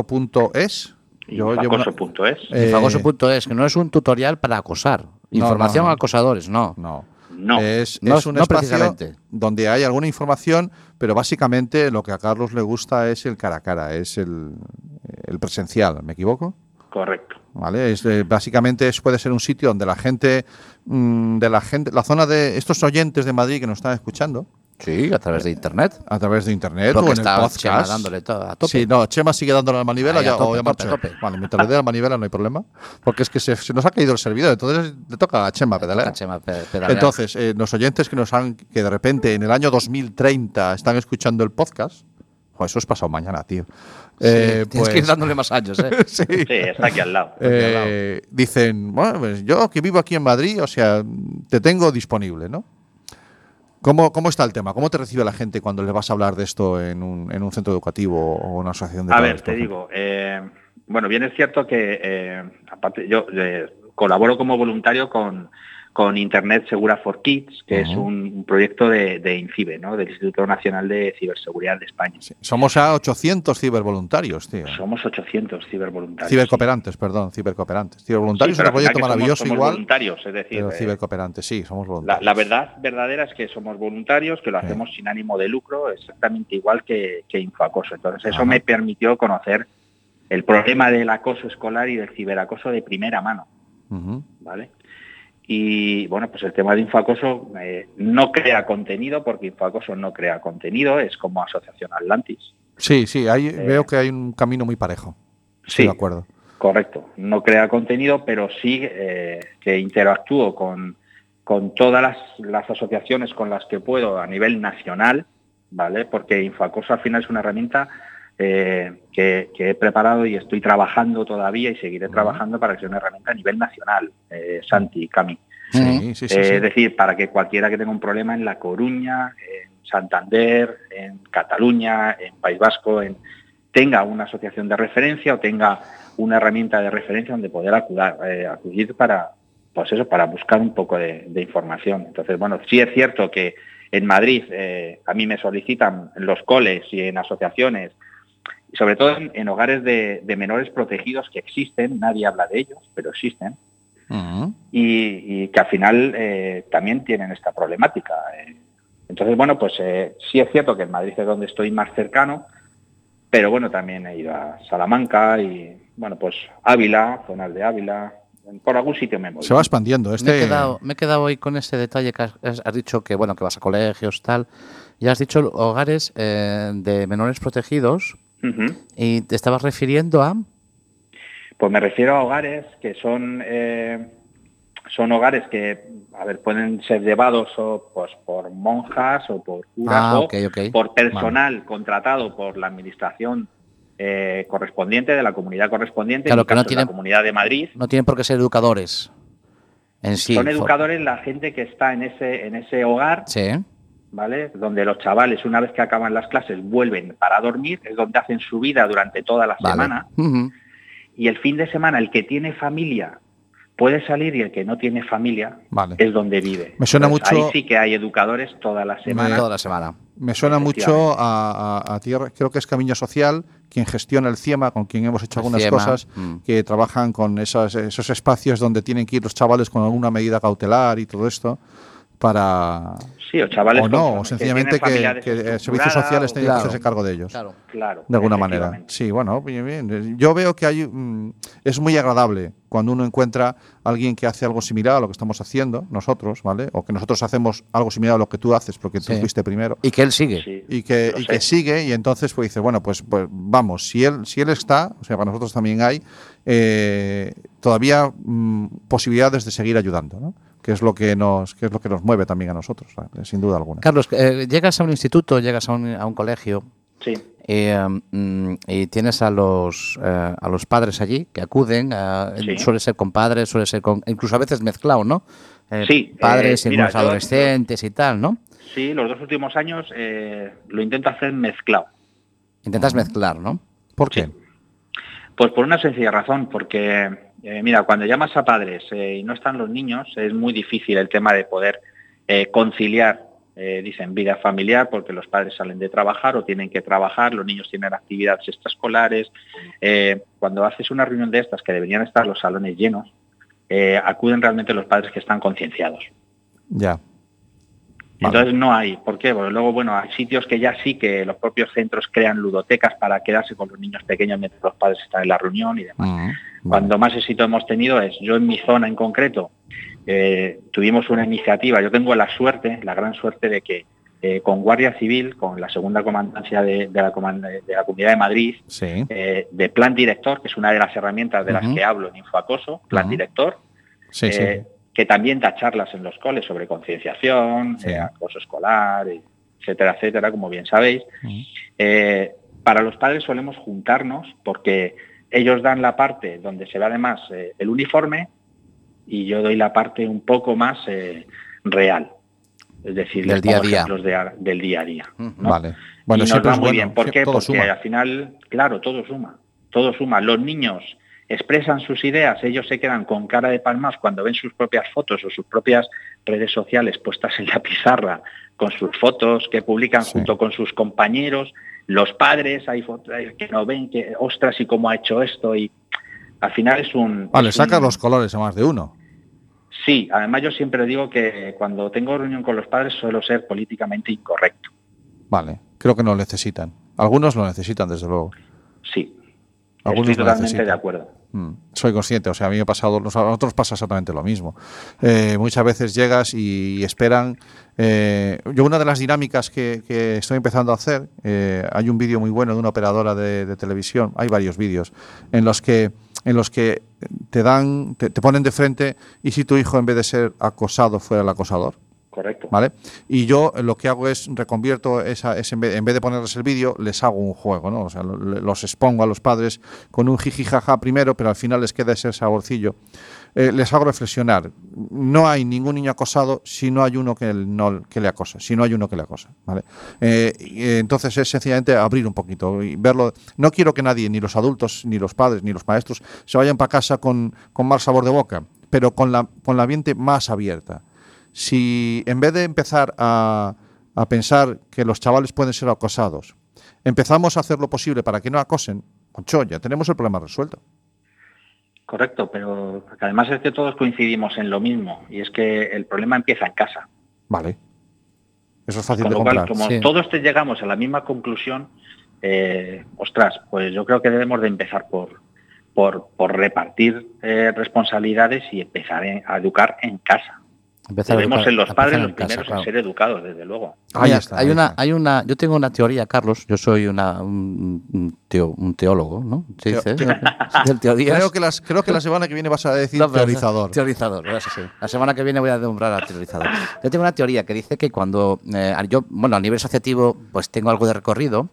[SPEAKER 3] infoacoso.es. yo llevo una- Eh,
[SPEAKER 4] Infagoso.es, que no es un tutorial para acosar. Información
[SPEAKER 3] no, no.
[SPEAKER 4] a acosadores, no.
[SPEAKER 3] No.
[SPEAKER 6] No,
[SPEAKER 3] Es,
[SPEAKER 4] No,
[SPEAKER 3] es un
[SPEAKER 4] no
[SPEAKER 3] espacio
[SPEAKER 4] precisamente.
[SPEAKER 3] donde hay alguna información, pero básicamente lo que a Carlos le gusta es el cara a cara, es el, el presencial, ¿me equivoco?
[SPEAKER 6] correcto.
[SPEAKER 3] ¿Vale? Es, eh, básicamente es, puede ser un sitio donde la gente, mm, de la gente, la zona de estos oyentes de Madrid que nos están escuchando
[SPEAKER 4] Sí, a través de internet.
[SPEAKER 3] a través de internet
[SPEAKER 4] Porque
[SPEAKER 3] o en el
[SPEAKER 4] está
[SPEAKER 3] podcast.
[SPEAKER 4] Chema dándole to- a tope.
[SPEAKER 3] Sí, no, Chema sigue dándole la manivela
[SPEAKER 4] Ahí, a
[SPEAKER 3] ya,
[SPEAKER 4] tope,
[SPEAKER 3] o ya
[SPEAKER 4] tope,
[SPEAKER 3] marcha.
[SPEAKER 4] tope.
[SPEAKER 3] Bueno, mientras le dé la manivela no hay problema, porque es que se, se nos ha caído el servidor, entonces le toca a Chema pedalear.
[SPEAKER 4] A Chema Pe- Pedalear.
[SPEAKER 3] Entonces, eh, los oyentes que nos han, que de repente en el año 2030 están escuchando el podcast, jo, eso es pasado mañana, tío.
[SPEAKER 4] Sí,
[SPEAKER 3] Eh,
[SPEAKER 4] tienes que ir dándole más años, ¿eh?
[SPEAKER 3] sí.
[SPEAKER 6] Sí, está aquí al lado.
[SPEAKER 3] Eh, dicen, bueno, pues yo que vivo aquí en Madrid, o sea, te tengo disponible, ¿no? ¿Cómo, ¿Cómo está el tema? ¿Cómo te recibe la gente cuando le vas a hablar de esto en un, en un centro educativo o una asociación de
[SPEAKER 6] A
[SPEAKER 3] padres,
[SPEAKER 6] ver,
[SPEAKER 3] por
[SPEAKER 6] te
[SPEAKER 3] ejemplo?
[SPEAKER 6] digo, eh, bueno, bien es cierto que eh, aparte yo eh, colaboro como voluntario con, con Internet Segura for Kids, que es un, un proyecto de, de INCIBE, ¿no? del Instituto Nacional de Ciberseguridad de España.
[SPEAKER 3] Sí. Somos a 800 cibervoluntarios, tío.
[SPEAKER 6] Somos 800 cibervoluntarios.
[SPEAKER 3] Cibercooperantes, perdón, cibercooperantes. Cibervoluntarios
[SPEAKER 6] Sí,
[SPEAKER 3] es
[SPEAKER 6] pero
[SPEAKER 3] un proyecto
[SPEAKER 6] al final que somos-
[SPEAKER 3] maravilloso
[SPEAKER 6] somos
[SPEAKER 3] igual,
[SPEAKER 6] voluntarios, es decir,
[SPEAKER 3] pero
[SPEAKER 6] eh,
[SPEAKER 3] cibercooperantes, sí, somos
[SPEAKER 6] La,
[SPEAKER 3] voluntarios.
[SPEAKER 6] la verdad verdadera es que somos voluntarios, que lo
[SPEAKER 3] Sí.
[SPEAKER 6] hacemos sin ánimo de lucro, exactamente igual que, que Infoacoso. Entonces, eso
[SPEAKER 3] Ajá.
[SPEAKER 6] me permitió conocer el problema del acoso escolar y del ciberacoso de primera mano,
[SPEAKER 3] Ujú.
[SPEAKER 6] ¿vale? Y bueno, pues el tema de Infoacoso eh, no crea contenido, porque Infoacoso no crea contenido, es como Asociación Atlantis.
[SPEAKER 3] Sí, sí, ahí
[SPEAKER 6] Eh,
[SPEAKER 3] veo que hay un camino muy parejo. Estoy
[SPEAKER 6] sí.
[SPEAKER 3] de acuerdo.
[SPEAKER 6] Correcto, no crea contenido, pero sí eh, que interactúo con, con todas las, las asociaciones con las que puedo a nivel nacional, ¿vale? Porque Infacoso al final es una herramienta eh, que, que he preparado y estoy trabajando todavía y seguiré trabajando para que sea una herramienta a nivel nacional, eh, Santi, Cami.
[SPEAKER 3] Sí, sí, sí.
[SPEAKER 6] Eh,
[SPEAKER 3] sí.
[SPEAKER 6] Es decir, para que cualquiera que tenga un problema en La Coruña, en Santander, en Cataluña, en País Vasco, en- tenga una asociación de referencia o tenga una herramienta de referencia donde poder acudar, eh, acudir para, pues eso, para buscar un poco de, de información. Entonces, bueno, sí es cierto que en Madrid eh, a mí me solicitan en los coles y en asociaciones, y sobre todo en, en hogares de- de menores protegidos que existen, nadie habla de ellos, pero existen
[SPEAKER 3] Ujú.
[SPEAKER 6] y, y que al final eh, también tienen esta problemática. eh. Entonces, bueno, pues eh, sí es cierto que en Madrid es donde estoy más cercano, pero bueno, también he ido a Salamanca y, bueno, pues Ávila, zonas de Ávila, por algún sitio me he movido.
[SPEAKER 3] Se va expandiendo. Este,
[SPEAKER 4] Me, he quedado, me he quedado hoy con ese detalle que has, has- has dicho que bueno que vas a colegios tal y has dicho hogares eh, de menores protegidos
[SPEAKER 6] Ujú.
[SPEAKER 4] y te estabas refiriendo a
[SPEAKER 6] Pues me refiero a hogares que son, eh, son hogares que, a ver, pueden ser llevados o, pues, por monjas o por curas
[SPEAKER 4] Ah,
[SPEAKER 6] o
[SPEAKER 4] ok, ok.
[SPEAKER 6] por personal contratado por la administración eh, correspondiente, de la comunidad correspondiente,
[SPEAKER 4] Claro,
[SPEAKER 6] en mi
[SPEAKER 4] que no
[SPEAKER 6] caso es la
[SPEAKER 4] tienen-
[SPEAKER 6] Comunidad de Madrid.
[SPEAKER 4] No tienen por qué ser educadores en sí.
[SPEAKER 6] son
[SPEAKER 4] for-
[SPEAKER 6] educadores la gente que está en ese, en ese hogar
[SPEAKER 4] Sí.
[SPEAKER 6] ¿vale? Donde los chavales, una vez que acaban las clases, vuelven para dormir, es donde hacen su vida durante toda la
[SPEAKER 4] Vale.
[SPEAKER 6] semana.
[SPEAKER 4] Ujú.
[SPEAKER 6] Y el fin de semana, el que tiene familia puede salir y el que no tiene familia
[SPEAKER 3] Vale.
[SPEAKER 6] es donde vive.
[SPEAKER 3] Me suena mucho-
[SPEAKER 6] Ahí sí que hay educadores toda la semana.
[SPEAKER 4] Mm, Toda la semana.
[SPEAKER 3] Me suena mucho
[SPEAKER 6] Efectivamente.
[SPEAKER 3] a, a- a tierra, creo que es Camiño Social, quien gestiona el CIEMA, con quien hemos hecho
[SPEAKER 4] El
[SPEAKER 3] algunas
[SPEAKER 4] CIEMA,
[SPEAKER 3] cosas,
[SPEAKER 4] mm.
[SPEAKER 3] que trabajan con esas- esos espacios donde tienen que ir los chavales con alguna medida cautelar y todo esto para...
[SPEAKER 6] Sí, o chavales.
[SPEAKER 3] o
[SPEAKER 6] con-
[SPEAKER 3] no, o
[SPEAKER 6] pues, que
[SPEAKER 3] sencillamente
[SPEAKER 6] tienen
[SPEAKER 3] que,
[SPEAKER 6] familia
[SPEAKER 3] que, eh, servicios
[SPEAKER 6] desestructurada
[SPEAKER 3] sociales
[SPEAKER 6] o-
[SPEAKER 3] tienen que
[SPEAKER 4] Claro.
[SPEAKER 3] hacerse cargo de ellos.
[SPEAKER 6] Claro,
[SPEAKER 3] De alguna manera.
[SPEAKER 6] efectivamente.
[SPEAKER 3] Sí, bueno, bien, bien. Yo veo que hay, mm, es muy agradable cuando uno encuentra a alguien que hace algo similar a lo que estamos haciendo nosotros, ¿vale? O que nosotros hacemos algo similar a lo que tú haces, porque tú
[SPEAKER 4] Sí.
[SPEAKER 3] fuiste primero.
[SPEAKER 4] Y que él sigue.
[SPEAKER 6] Sí,
[SPEAKER 3] Y que,
[SPEAKER 6] lo
[SPEAKER 3] y
[SPEAKER 6] sé.
[SPEAKER 3] que sigue, y entonces pues dice, bueno, pues, pues vamos, si él, si él está, o sea, para nosotros también hay eh, todavía mm, posibilidades de seguir ayudando, ¿no? Que es lo que nos, que es lo que nos mueve también a nosotros, ¿vale? sin duda alguna.
[SPEAKER 4] Carlos, eh, llegas a un instituto, llegas a un, a un colegio
[SPEAKER 6] Sí,
[SPEAKER 4] y, eh, mm, y tienes a los, eh, a los padres allí que acuden. a-
[SPEAKER 6] Sí.
[SPEAKER 4] Suele ser con padres, suele ser con. Incluso a veces mezclado, ¿no? Eh,
[SPEAKER 6] Sí,
[SPEAKER 4] Padres
[SPEAKER 6] eh,
[SPEAKER 4] y
[SPEAKER 6] mira,
[SPEAKER 4] unos
[SPEAKER 6] yo-
[SPEAKER 4] adolescentes y tal, ¿no?
[SPEAKER 6] sí, los dos últimos años eh, lo intento hacer mezclado.
[SPEAKER 4] Intentas mezclar, ¿no?
[SPEAKER 3] ¿Por qué?
[SPEAKER 6] Pues por una sencilla razón, porque eh, mira, cuando llamas a padres eh, y no están los niños, es muy difícil el tema de poder eh, conciliar, eh, dicen, vida familiar, porque los padres salen de trabajar o tienen que trabajar, los niños tienen actividades extraescolares. Eh, cuando haces una reunión de estas, que deberían estar los salones llenos, eh, acuden realmente los padres que están concienciados.
[SPEAKER 3] Ya. Vale.
[SPEAKER 6] Entonces no hay, ¿por qué? Porque luego, bueno, hay sitios que ya sí que los propios centros crean ludotecas para quedarse con los niños pequeños mientras los padres están en la reunión y demás.
[SPEAKER 3] Mm.
[SPEAKER 6] Cuando más éxito hemos tenido es, yo en mi zona en concreto, eh, tuvimos una iniciativa, yo tengo la suerte, la gran suerte de que eh, con Guardia Civil, con la segunda comandancia de, de la, comanda- de la Comunidad de Madrid,
[SPEAKER 3] Sí,
[SPEAKER 6] eh, de Plan Director, que es una de las herramientas de las
[SPEAKER 4] Ujú.
[SPEAKER 6] que hablo en Infoacoso, Plan
[SPEAKER 4] Ujú.
[SPEAKER 6] Director,
[SPEAKER 3] sí, sí.
[SPEAKER 6] eh, que también da charlas en los coles sobre concienciación,
[SPEAKER 3] Sí.
[SPEAKER 6] eh, acoso escolar, y etcétera, etcétera, como bien sabéis. Eh, para los padres solemos juntarnos porque ellos dan la parte donde se ve además eh, el uniforme y yo doy la parte un poco más eh, real. Es decir,
[SPEAKER 4] Del
[SPEAKER 6] les
[SPEAKER 4] día a
[SPEAKER 6] pongo
[SPEAKER 4] día.
[SPEAKER 6] ejemplos de a- del día a día.
[SPEAKER 4] Ujú.
[SPEAKER 6] ¿no?
[SPEAKER 3] Vale. Bueno,
[SPEAKER 6] y nos
[SPEAKER 3] siempre
[SPEAKER 6] va
[SPEAKER 3] es
[SPEAKER 6] muy
[SPEAKER 3] bueno.
[SPEAKER 6] bien. ¿Por
[SPEAKER 3] Sie-
[SPEAKER 6] qué?
[SPEAKER 3] todo
[SPEAKER 6] Porque
[SPEAKER 3] suma.
[SPEAKER 6] al final, claro, todo suma. Todo suma. Los niños expresan sus ideas, ellos se quedan con cara de palmas cuando ven sus propias fotos o sus propias redes sociales puestas en la pizarra, con sus fotos que publican
[SPEAKER 3] Sí.
[SPEAKER 6] junto con sus compañeros, los padres, hay fo- hay que no ven que, ostras, y cómo ha hecho esto, y al final es un...
[SPEAKER 3] Vale,
[SPEAKER 6] es un-
[SPEAKER 3] sacas los colores a más de uno.
[SPEAKER 6] Sí, además yo siempre digo que cuando tengo reunión con los padres suelo ser políticamente incorrecto.
[SPEAKER 3] Vale. Creo que no lo necesitan. Algunos lo necesitan, desde luego.
[SPEAKER 6] Sí,
[SPEAKER 3] Algunos lo
[SPEAKER 6] estoy totalmente
[SPEAKER 3] necesitan.
[SPEAKER 6] de acuerdo.
[SPEAKER 3] Mm, Soy consciente, o sea, a mí me ha pasado, nos- a nosotros pasa exactamente lo mismo. Eh, muchas veces llegas y, esperan. eh, yo, una de las dinámicas que, que estoy empezando a hacer, eh, hay un vídeo muy bueno de una operadora de, de televisión, hay varios vídeos, en los que en los que te dan, te, te ponen de frente, y si tu hijo en vez de ser acosado fuera el acosador,
[SPEAKER 6] Correcto.
[SPEAKER 3] ¿vale? Y yo eh, lo que hago es reconvierto esa, ese- en, vez, en vez de ponerles el vídeo, les hago un juego, ¿no? O sea, lo- le- los expongo a los padres con un jiji jaja primero, pero al final les queda ese saborcillo. Eh, les hago reflexionar. No hay ningún niño acosado si no hay uno que, el- no, que le acosa, si no hay uno que le acosa, ¿vale? Eh, y, eh, entonces es sencillamente abrir un poquito y verlo. No quiero que nadie, ni los adultos, ni los padres, ni los maestros, se vayan para casa con, con mal sabor de boca, pero con la, con la mente más abierta si en vez de empezar a, a pensar que los chavales pueden ser acosados, empezamos a hacer lo posible para que no acosen, concho, ya tenemos el problema resuelto.
[SPEAKER 6] Correcto, pero que además es que todos coincidimos en lo mismo y es que el problema empieza en casa.
[SPEAKER 3] Vale. Eso es fácil
[SPEAKER 6] Con
[SPEAKER 3] de
[SPEAKER 6] lo cual,
[SPEAKER 3] comprar.
[SPEAKER 6] como
[SPEAKER 4] sí.
[SPEAKER 6] todos te llegamos a la misma conclusión, eh, ostras, pues yo creo que debemos de empezar por, por, por repartir eh, responsabilidades y empezar en- a educar en casa.
[SPEAKER 4] Empezar a
[SPEAKER 6] Debemos
[SPEAKER 4] educar-
[SPEAKER 6] en los
[SPEAKER 4] a
[SPEAKER 6] padres
[SPEAKER 4] empezar
[SPEAKER 6] los
[SPEAKER 4] en casa,
[SPEAKER 6] primeros
[SPEAKER 4] claro.
[SPEAKER 6] en ser educados, desde luego.
[SPEAKER 3] Ahí
[SPEAKER 4] Mira,
[SPEAKER 3] está,
[SPEAKER 4] Hay
[SPEAKER 3] ahí
[SPEAKER 4] una,
[SPEAKER 3] está.
[SPEAKER 4] hay una, yo tengo una teoría, Carlos. Yo soy una, un, un teo- un teólogo, ¿no? ¿Se
[SPEAKER 3] Teo-
[SPEAKER 4] dice? Del teorías.
[SPEAKER 3] Creo que, las, creo que la semana que viene vas a decir
[SPEAKER 4] No, pero-
[SPEAKER 3] teorizador.
[SPEAKER 4] ¿eh? Teorizador, eso sí. La semana que viene voy a nombrar a teorizador. Yo tengo una teoría que dice que cuando eh, yo, bueno, a nivel asociativo, pues tengo algo de recorrido.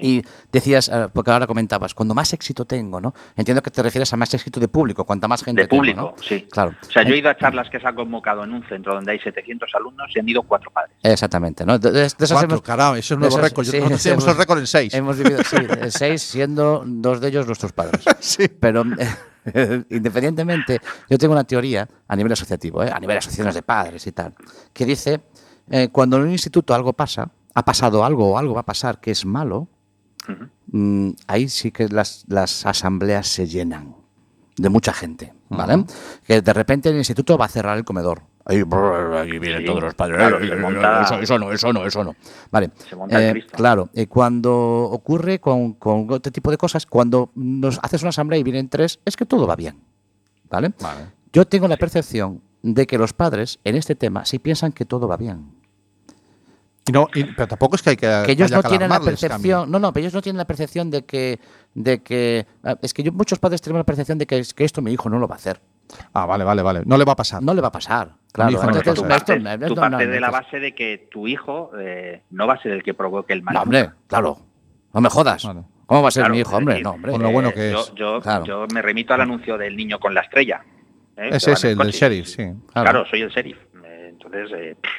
[SPEAKER 4] Y decías, eh, porque ahora comentabas, cuando más éxito tengo, ¿no? Entiendo que te refieres a más éxito de público, cuanta más gente
[SPEAKER 6] De público,
[SPEAKER 4] tengo, ¿no?
[SPEAKER 6] sí.
[SPEAKER 4] Claro.
[SPEAKER 6] O sea, yo he ido a charlas que se han convocado en un centro donde hay 700 alumnos y han ido cuatro padres.
[SPEAKER 4] Exactamente, ¿no? De, de- de esas
[SPEAKER 3] Cuatro,
[SPEAKER 4] hemos-
[SPEAKER 3] caramba, eso es nuevo
[SPEAKER 4] esos-
[SPEAKER 3] récord. Yo-
[SPEAKER 4] sí,
[SPEAKER 3] nosotros teníamos
[SPEAKER 4] hemos-
[SPEAKER 3] el récord en seis.
[SPEAKER 4] Hemos vivido, sí, en seis, siendo dos de ellos nuestros padres.
[SPEAKER 3] Sí.
[SPEAKER 4] Pero eh, independientemente, yo tengo una teoría a nivel asociativo, ¿eh? a nivel de asociaciones de padres y tal, que dice, eh, cuando en un instituto algo pasa, ha pasado algo o algo va a pasar que es malo,
[SPEAKER 6] Ujú.
[SPEAKER 4] mm, ahí sí que las, las asambleas se llenan de mucha gente, ¿vale? Que de repente el instituto va a cerrar el comedor. Ahí, brr, ahí vienen
[SPEAKER 6] Sí,
[SPEAKER 4] todos los padres.
[SPEAKER 6] claro,
[SPEAKER 4] "Eh,
[SPEAKER 6] se
[SPEAKER 4] eh,
[SPEAKER 6] monta-
[SPEAKER 4] eso, eso no, eso no, eso no. Vale.
[SPEAKER 6] Se monta el
[SPEAKER 4] eh,
[SPEAKER 6] Cristo.
[SPEAKER 4] claro, eh, cuando ocurre con, con este tipo de cosas, cuando nos haces una asamblea y vienen tres, es que todo va bien. ¿Vale? Yo tengo la percepción de que los padres en este tema sí piensan que todo va bien.
[SPEAKER 3] Y no, y- pero tampoco es que hay que.
[SPEAKER 4] que ellos
[SPEAKER 3] haya
[SPEAKER 4] no tienen la
[SPEAKER 3] alarmarles, Cami.
[SPEAKER 4] percepción no no pero ellos no tienen la percepción de que de que ah, es que yo, muchos padres tenemos la percepción de que, es que esto mi hijo no lo va a hacer
[SPEAKER 3] Ah, vale, vale, vale. No le va a pasar.
[SPEAKER 4] no le va a pasar claro
[SPEAKER 3] hijo no le
[SPEAKER 4] entonces,
[SPEAKER 3] va
[SPEAKER 6] Tú
[SPEAKER 3] a
[SPEAKER 4] esto-
[SPEAKER 6] partes,
[SPEAKER 4] esto
[SPEAKER 6] tú
[SPEAKER 4] no,
[SPEAKER 6] partes
[SPEAKER 4] no,
[SPEAKER 6] de la
[SPEAKER 4] entonces-
[SPEAKER 6] base de que tu hijo eh, no va a ser el que provoque el mal.
[SPEAKER 4] no, hombre claro no me jodas
[SPEAKER 3] Vale.
[SPEAKER 4] cómo va a ser
[SPEAKER 6] Claro,
[SPEAKER 4] mi
[SPEAKER 6] es
[SPEAKER 4] hijo hombre
[SPEAKER 6] decir,
[SPEAKER 4] no hombre
[SPEAKER 3] Con lo
[SPEAKER 6] eh,
[SPEAKER 3] bueno que
[SPEAKER 6] yo,
[SPEAKER 3] es.
[SPEAKER 6] Yo,
[SPEAKER 4] Claro.
[SPEAKER 6] yo me remito al anuncio del niño con la estrella. ¿eh? que
[SPEAKER 3] Ese
[SPEAKER 6] va
[SPEAKER 3] es
[SPEAKER 6] en
[SPEAKER 3] el del
[SPEAKER 6] coche.
[SPEAKER 3] sheriff, sí.
[SPEAKER 4] Claro.
[SPEAKER 6] Claro, soy el sheriff. Eh, Entonces, eh, pff,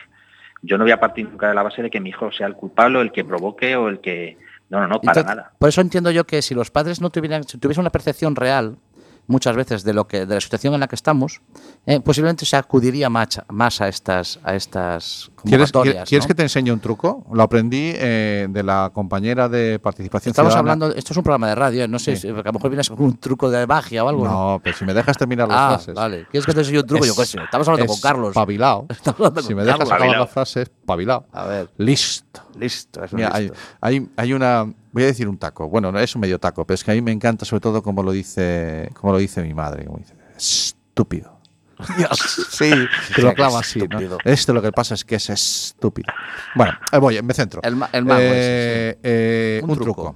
[SPEAKER 6] yo no voy a partir nunca de la base de que mi hijo sea el culpable o el que provoque o el que... No, no, no, para
[SPEAKER 4] Entonces,
[SPEAKER 6] nada.
[SPEAKER 4] por eso entiendo yo que si los padres no tuvieran si tuviesen una percepción real muchas veces de lo que de la situación en la que estamos eh, posiblemente se acudiría más, más a estas a estas
[SPEAKER 3] ¿Quieres,
[SPEAKER 4] convocatorias,
[SPEAKER 3] quieres
[SPEAKER 4] ¿no?
[SPEAKER 3] que te enseñe un truco? Lo aprendí eh, de la compañera de participación
[SPEAKER 4] Estamos
[SPEAKER 3] ciudadana.
[SPEAKER 4] hablando, esto es un programa de radio, eh, no sé,
[SPEAKER 3] Sí.
[SPEAKER 4] si- porque a lo mejor vienes con un truco de magia o algo.
[SPEAKER 3] No, pero si me dejas terminar las
[SPEAKER 4] ah,
[SPEAKER 3] frases.
[SPEAKER 4] vale. ¿Quieres que te enseñe un truco? Yo qué sé, estamos hablando con Carlos.
[SPEAKER 3] Pavilao.
[SPEAKER 4] Estamos hablando
[SPEAKER 3] Si
[SPEAKER 4] con
[SPEAKER 3] me dejas
[SPEAKER 4] Carlos.
[SPEAKER 3] acabar
[SPEAKER 6] Espabilao.
[SPEAKER 3] las frases, pavilao.
[SPEAKER 4] A ver,
[SPEAKER 3] Listo.
[SPEAKER 4] listo, es un
[SPEAKER 3] Mira, hay,
[SPEAKER 4] listo.
[SPEAKER 3] hay, hay una. Voy a decir un taco. Bueno, no es un medio taco, pero es que a mí me encanta, sobre todo, como lo dice, como lo dice mi madre. Como dice, estúpido. Sí, te lo
[SPEAKER 4] qué
[SPEAKER 3] clava así. ¿no?
[SPEAKER 4] estúpido.
[SPEAKER 3] Esto lo que pasa es que es estúpido. Bueno, eh, voy, me centro.
[SPEAKER 4] El ma- el mago
[SPEAKER 3] Eh, eh,
[SPEAKER 4] Un
[SPEAKER 3] un,
[SPEAKER 4] truco.
[SPEAKER 3] truco.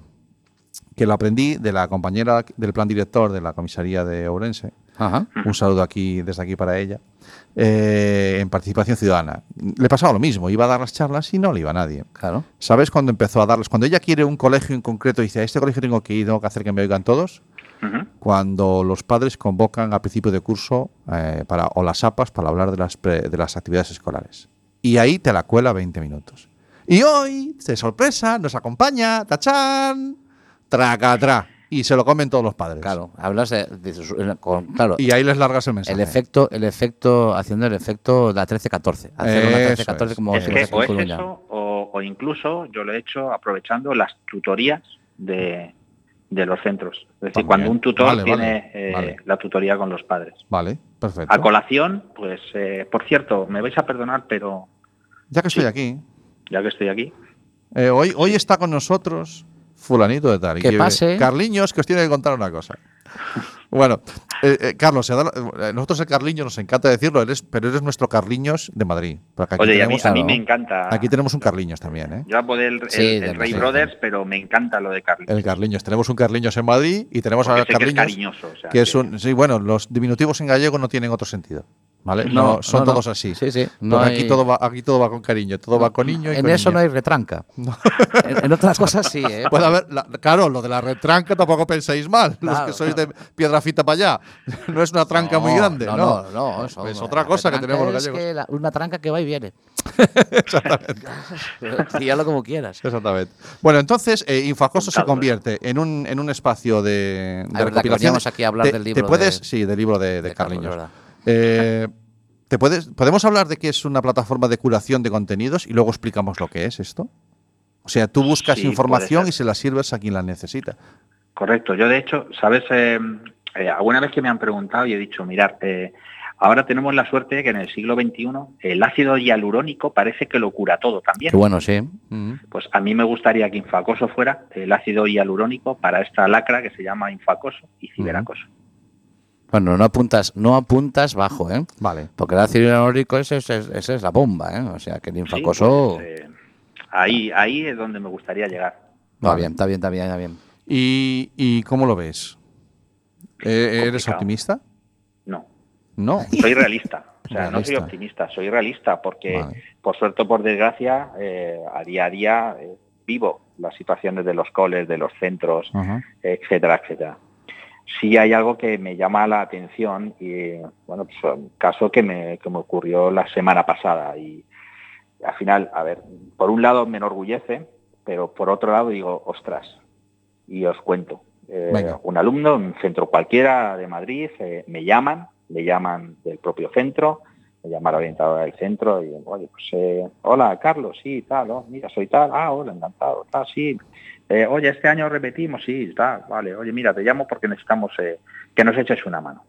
[SPEAKER 3] que lo aprendí de la compañera del plan director de la comisaría de Ourense.
[SPEAKER 4] Ajá.
[SPEAKER 3] Un saludo aquí desde aquí para ella. Eh, en participación ciudadana. Le pasaba lo mismo, iba a dar las charlas y no le iba a nadie.
[SPEAKER 4] Claro.
[SPEAKER 3] ¿Sabes cuando empezó a darles? Cuando ella quiere un colegio en concreto y dice, a este colegio tengo que ir, tengo que hacer que me oigan todos.
[SPEAKER 6] Ujú.
[SPEAKER 3] Cuando los padres convocan a principio de curso eh, para, o las APAS para hablar de las, pre- de las actividades escolares. Y ahí te la cuela 20 minutos. Y hoy, de sorpresa, nos acompaña, tachán, tracatrá. Y se lo comen todos los padres.
[SPEAKER 4] Claro, hablas de, de sus- eh, con- claro,
[SPEAKER 3] Y ahí les largas el mensaje.
[SPEAKER 4] el efecto, el efecto, haciendo el efecto la 13-14. Hacer una
[SPEAKER 3] Eso
[SPEAKER 4] 13-14
[SPEAKER 3] es.
[SPEAKER 4] como
[SPEAKER 6] es
[SPEAKER 4] si
[SPEAKER 6] que
[SPEAKER 4] fuese
[SPEAKER 6] o es
[SPEAKER 4] Coruña.
[SPEAKER 6] eso o, o incluso yo lo he hecho aprovechando las tutorías de, de los centros. Es decir,
[SPEAKER 3] También.
[SPEAKER 6] cuando un tutor
[SPEAKER 3] Vale,
[SPEAKER 6] tiene
[SPEAKER 3] vale,
[SPEAKER 6] eh,
[SPEAKER 3] vale.
[SPEAKER 6] la tutoría con los padres.
[SPEAKER 3] Vale, perfecto.
[SPEAKER 6] A colación, pues, eh, por cierto, me vais a perdonar, pero
[SPEAKER 3] Ya que estoy aquí,
[SPEAKER 6] ya que estoy aquí,
[SPEAKER 3] eh, hoy, hoy está con nosotros fulanito de tal. y
[SPEAKER 4] Que pase.
[SPEAKER 3] Carliños, que os tiene que contar una cosa. Bueno, eh, eh, Carlos, se da la- eh, nosotros el Carliños nos encanta decirlo, eres, pero eres nuestro Carliños de Madrid. porque aquí
[SPEAKER 6] oye, y a mí,
[SPEAKER 3] tenemos-
[SPEAKER 6] a mí
[SPEAKER 4] algo.
[SPEAKER 6] me encanta.
[SPEAKER 3] Aquí tenemos un Carliños también, ¿eh?
[SPEAKER 6] Yo a poder el,
[SPEAKER 4] Sí,
[SPEAKER 6] el
[SPEAKER 4] de-
[SPEAKER 6] Rey
[SPEAKER 4] sí,
[SPEAKER 6] Brothers,
[SPEAKER 4] sí.
[SPEAKER 6] pero me encanta lo de Carliños.
[SPEAKER 3] El Carliños. Tenemos un Carliños en Madrid y tenemos
[SPEAKER 6] porque
[SPEAKER 3] a
[SPEAKER 6] sé que es
[SPEAKER 3] Carliños.
[SPEAKER 6] cariñoso. o sea,
[SPEAKER 3] que es un, sí, bueno, los diminutivos en gallego no tienen otro sentido. ¿Vale? No, son
[SPEAKER 4] no, no.
[SPEAKER 3] todos así.
[SPEAKER 4] Sí, sí.
[SPEAKER 3] Porque aquí,
[SPEAKER 4] hay-
[SPEAKER 3] todo va, aquí todo va con cariño, todo va con niño y
[SPEAKER 4] En
[SPEAKER 3] con
[SPEAKER 4] eso no
[SPEAKER 3] niña.
[SPEAKER 4] hay retranca. En, en otras cosas sí, ¿eh?
[SPEAKER 3] Puede haber, la- claro, lo de la retranca tampoco pensáis mal, los
[SPEAKER 4] Claro,
[SPEAKER 3] que sois de piedra fita para allá. No es una tranca muy grande, ¿no?
[SPEAKER 4] No, no, eso,
[SPEAKER 3] Es
[SPEAKER 4] no,
[SPEAKER 3] otra
[SPEAKER 4] la
[SPEAKER 3] cosa que
[SPEAKER 4] tranca
[SPEAKER 3] tenemos los
[SPEAKER 4] es
[SPEAKER 3] gallegos.
[SPEAKER 4] que la- una tranca que va y viene. Exactamente. Dígalo como quieras.
[SPEAKER 3] Exactamente. Bueno, entonces eh, Infacoso se
[SPEAKER 6] Contadlo,
[SPEAKER 3] convierte en un, en un espacio de, de
[SPEAKER 4] que
[SPEAKER 3] recopilación.
[SPEAKER 4] veníamos aquí a hablar
[SPEAKER 3] Te-
[SPEAKER 4] del
[SPEAKER 3] te
[SPEAKER 4] libro
[SPEAKER 3] puedes,
[SPEAKER 4] de-
[SPEAKER 3] sí, del libro de, de
[SPEAKER 4] de Carlos,
[SPEAKER 3] Carliños.
[SPEAKER 4] verdad.
[SPEAKER 3] Eh, ¿te puedes, ¿Podemos hablar de que es una plataforma de curación de contenidos y luego explicamos lo que es esto? O sea, tú buscas
[SPEAKER 6] Sí, puede
[SPEAKER 3] información
[SPEAKER 6] ser.
[SPEAKER 3] y se la sirves a quien la necesita.
[SPEAKER 6] Correcto. Yo, de hecho, ¿sabes? Eh, eh, alguna vez que me han preguntado y he dicho, mirad, eh, ahora tenemos la suerte de que en el siglo XXI el ácido hialurónico parece que lo cura todo también.
[SPEAKER 4] Qué bueno, sí.
[SPEAKER 6] Pues a mí me gustaría que Infacoso fuera el ácido hialurónico para esta lacra que se llama Infacoso y Ciberacoso.
[SPEAKER 4] Bueno, no apuntas, no apuntas bajo, ¿eh?
[SPEAKER 3] Vale.
[SPEAKER 4] Porque el ácido hialurónico ese, ese- ese es la bomba, ¿eh? O sea, que el
[SPEAKER 6] Sí,
[SPEAKER 4] linfacoso...
[SPEAKER 6] pues, eh, ahí, ahí es donde me gustaría llegar.
[SPEAKER 4] Va bien, está bien, está bien, está bien.
[SPEAKER 3] ¿Y, y cómo lo ves? Eh, ¿Eres
[SPEAKER 6] Complicado.
[SPEAKER 3] optimista?
[SPEAKER 6] No,
[SPEAKER 3] No.
[SPEAKER 6] soy realista. O sea, no soy
[SPEAKER 3] Realista.
[SPEAKER 6] optimista, soy realista porque,
[SPEAKER 4] Vale.
[SPEAKER 6] por suerte o por desgracia, eh, a día a día eh, vivo las situaciones de los coles, de los centros,
[SPEAKER 4] Ajá.
[SPEAKER 6] etcétera, etcétera. Sí hay algo que me llama la atención y, bueno, pues un caso que me, que me ocurrió la semana pasada y al final, a ver, por un lado me enorgullece, pero por otro lado digo, ostras, y os cuento. Eh,
[SPEAKER 3] Venga.
[SPEAKER 6] un alumno en un centro cualquiera de Madrid eh, me llaman, me llaman del propio centro, me llama la orientadora del centro y, oye, pues, eh, hola, Carlos, sí, tal, oh, mira, soy tal, ah, hola, encantado, tal, sí, eh, oye, este año repetimos, sí, está, vale, oye, mira, te llamo porque necesitamos eh, que nos eches una mano.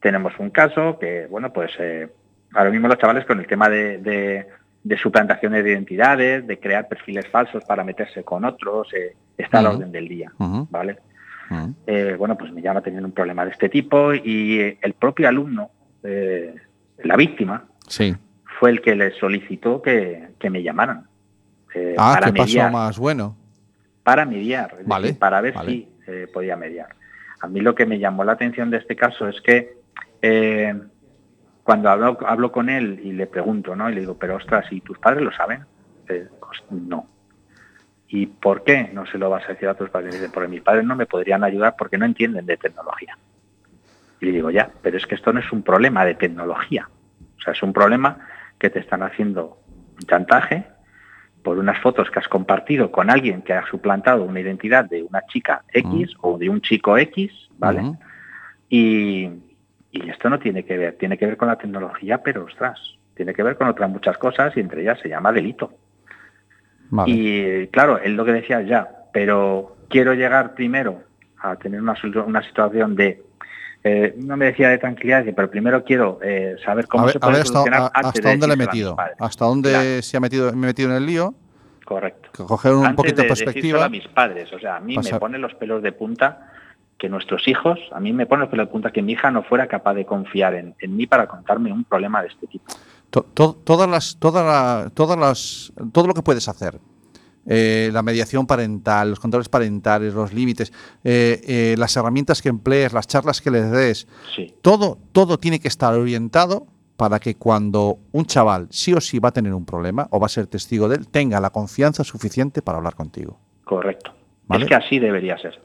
[SPEAKER 6] Tenemos un caso que, bueno, pues eh, ahora mismo los chavales con el tema de, de- de suplantaciones de identidades, de crear perfiles falsos para meterse con otros, eh, está a la
[SPEAKER 3] Ujú.
[SPEAKER 6] orden del día,
[SPEAKER 3] Ujú,
[SPEAKER 6] ¿vale?
[SPEAKER 3] ujú.
[SPEAKER 6] eh, bueno, pues me llama teniendo un problema de este tipo y eh, el propio alumno, eh, la víctima,
[SPEAKER 3] Sí.
[SPEAKER 6] fue el que le solicitó que, que me llamaran. eh,
[SPEAKER 3] Ah,
[SPEAKER 6] para
[SPEAKER 3] qué paso
[SPEAKER 6] mediar
[SPEAKER 3] más bueno.
[SPEAKER 6] para mediar, es
[SPEAKER 3] Vale,
[SPEAKER 6] decir, para ver
[SPEAKER 3] vale.
[SPEAKER 6] si eh, podía mediar. A mí lo que me llamó la atención de este caso es que eh, cuando hablo, hablo con él y le pregunto, ¿no? Y le digo, pero ostras, ¿y tus padres lo saben? Eh, "Os- no. ¿Y por qué no se lo vas a decir a tus padres? Dice, porque mis padres no me podrían ayudar porque no entienden de tecnología. Y le digo, ya, pero es que esto no es un problema de tecnología. O sea, es un problema que te están haciendo un chantaje por unas fotos que has compartido con alguien que ha suplantado una identidad de una chica X o de un chico X, ¿vale?
[SPEAKER 3] Ujú.
[SPEAKER 6] Y, y esto no tiene que ver, tiene que ver con la tecnología, pero ostras, tiene que ver con otras muchas cosas y entre ellas se llama delito.
[SPEAKER 3] Vale.
[SPEAKER 6] Y claro, es lo que decía ya, pero quiero llegar primero a tener una, solu- una situación de... eh, no me decía de tranquilidad, pero primero quiero eh, saber cómo
[SPEAKER 3] a ver,
[SPEAKER 6] se
[SPEAKER 3] a
[SPEAKER 6] puede
[SPEAKER 3] ver hasta,
[SPEAKER 6] solucionar
[SPEAKER 3] a-
[SPEAKER 6] antes
[SPEAKER 3] hasta
[SPEAKER 6] de
[SPEAKER 3] dónde le he
[SPEAKER 6] decírselo a mis
[SPEAKER 3] metido.
[SPEAKER 6] padres.
[SPEAKER 3] Hasta dónde
[SPEAKER 6] Claro.
[SPEAKER 3] se ha metido, me he metido en el lío.
[SPEAKER 6] Correcto.
[SPEAKER 3] que Coger un
[SPEAKER 6] antes
[SPEAKER 3] poquito de,
[SPEAKER 6] de decírselo
[SPEAKER 3] perspectiva.
[SPEAKER 6] a mis padres. O sea, a mí
[SPEAKER 3] Pasa-
[SPEAKER 6] me ponen los pelos de punta que nuestros hijos, a mí me ponen los pelos de punta que mi hija no fuera capaz de confiar en, en mí para contarme un problema de este tipo.
[SPEAKER 3] To- to- todas las, todas la- todas las, todo lo que puedes hacer. Eh, la mediación parental, los controles parentales, los límites, eh, eh, las herramientas que emplees, las charlas que les des,
[SPEAKER 6] Sí,
[SPEAKER 3] todo, todo tiene que estar orientado para que cuando un chaval sí o sí va a tener un problema o va a ser testigo de él, tenga la confianza suficiente para hablar contigo.
[SPEAKER 6] correcto.
[SPEAKER 3] Vale.
[SPEAKER 6] Es que así debería ser.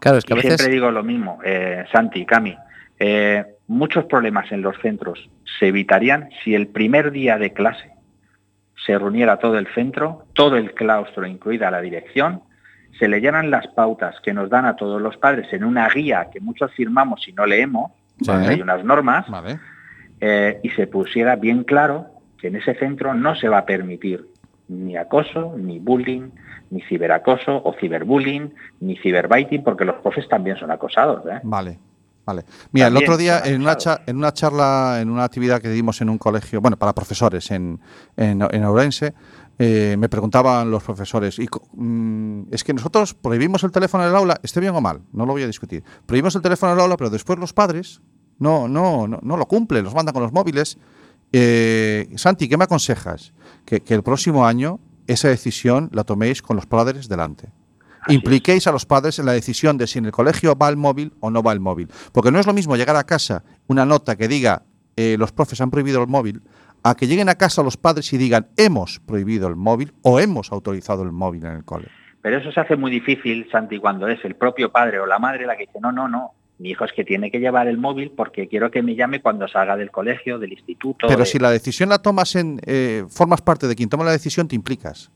[SPEAKER 4] Claro, es que
[SPEAKER 6] Y
[SPEAKER 4] a veces...
[SPEAKER 6] siempre digo lo mismo, eh, Santi, Cami, eh, muchos problemas en los centros se evitarían si el primer día de clase se reuniera todo el centro, todo el claustro, incluida la dirección, se leyeran las pautas que nos dan a todos los padres en una guía que muchos firmamos y no leemos,
[SPEAKER 4] Sí.
[SPEAKER 6] porque hay unas normas,
[SPEAKER 3] Vale.
[SPEAKER 6] eh, y se pusiera bien claro que en ese centro no se va a permitir ni acoso, ni bullying, ni ciberacoso o ciberbullying, ni ciberbiting, porque los profes también son acosados. ¿eh?
[SPEAKER 3] Vale, vale. Mira, el
[SPEAKER 6] También
[SPEAKER 3] otro día
[SPEAKER 6] se ha
[SPEAKER 3] en una,
[SPEAKER 6] avanzado.
[SPEAKER 3] cha- en una charla, en una actividad que dimos en un colegio, bueno, para profesores en, en, en Ourense, eh, me preguntaban los profesores, y, co- mm, es que nosotros prohibimos el teléfono en el aula, esté bien o mal, no lo voy a discutir, prohibimos el teléfono en el aula, pero después los padres no, no, no, no lo cumplen, los mandan con los móviles. Eh, Santi, ¿qué me aconsejas? Que, que el próximo año esa decisión la toméis con los padres delante
[SPEAKER 6] Así
[SPEAKER 3] impliquéis a los padres en la decisión de si en el colegio va el móvil o no va el móvil. Porque no es lo mismo llegar a casa una nota que diga eh, los profes han prohibido el móvil a que lleguen a casa los padres y digan hemos prohibido el móvil o hemos autorizado el móvil en el cole.
[SPEAKER 6] Pero eso se hace muy difícil, Santi, cuando es el propio padre o la madre la que dice, no, no, no, mi hijo es que tiene que llevar el móvil porque quiero que me llame cuando salga del colegio, del instituto.
[SPEAKER 3] Pero
[SPEAKER 6] de-".
[SPEAKER 3] si la decisión la tomas en... eh, formas parte de quien toma la decisión, te implicas.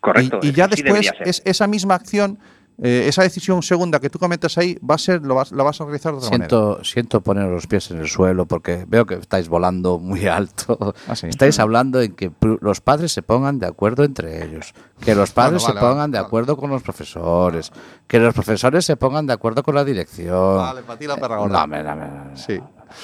[SPEAKER 6] Correcto.
[SPEAKER 3] y, y
[SPEAKER 6] es
[SPEAKER 3] ya
[SPEAKER 6] que así
[SPEAKER 3] después
[SPEAKER 6] debería ser.
[SPEAKER 3] es, esa misma acción, eh, esa decisión segunda que tú cometas ahí, va a ser, lo vas, la vas a realizar de otra manera.
[SPEAKER 4] Siento, siento poner los pies en el suelo porque veo que estáis volando muy alto.
[SPEAKER 3] Ah, sí.
[SPEAKER 4] Estáis hablando en que pr- los padres se pongan de acuerdo entre ellos, que los padres
[SPEAKER 3] Bueno, vale,
[SPEAKER 4] se pongan
[SPEAKER 3] vale,
[SPEAKER 4] de
[SPEAKER 3] vale.
[SPEAKER 4] acuerdo con los profesores, que los profesores se pongan de acuerdo con la dirección.
[SPEAKER 3] Vale, para ti la perra gorda.
[SPEAKER 4] No, hombre, no, hombre, no, no.
[SPEAKER 3] Sí.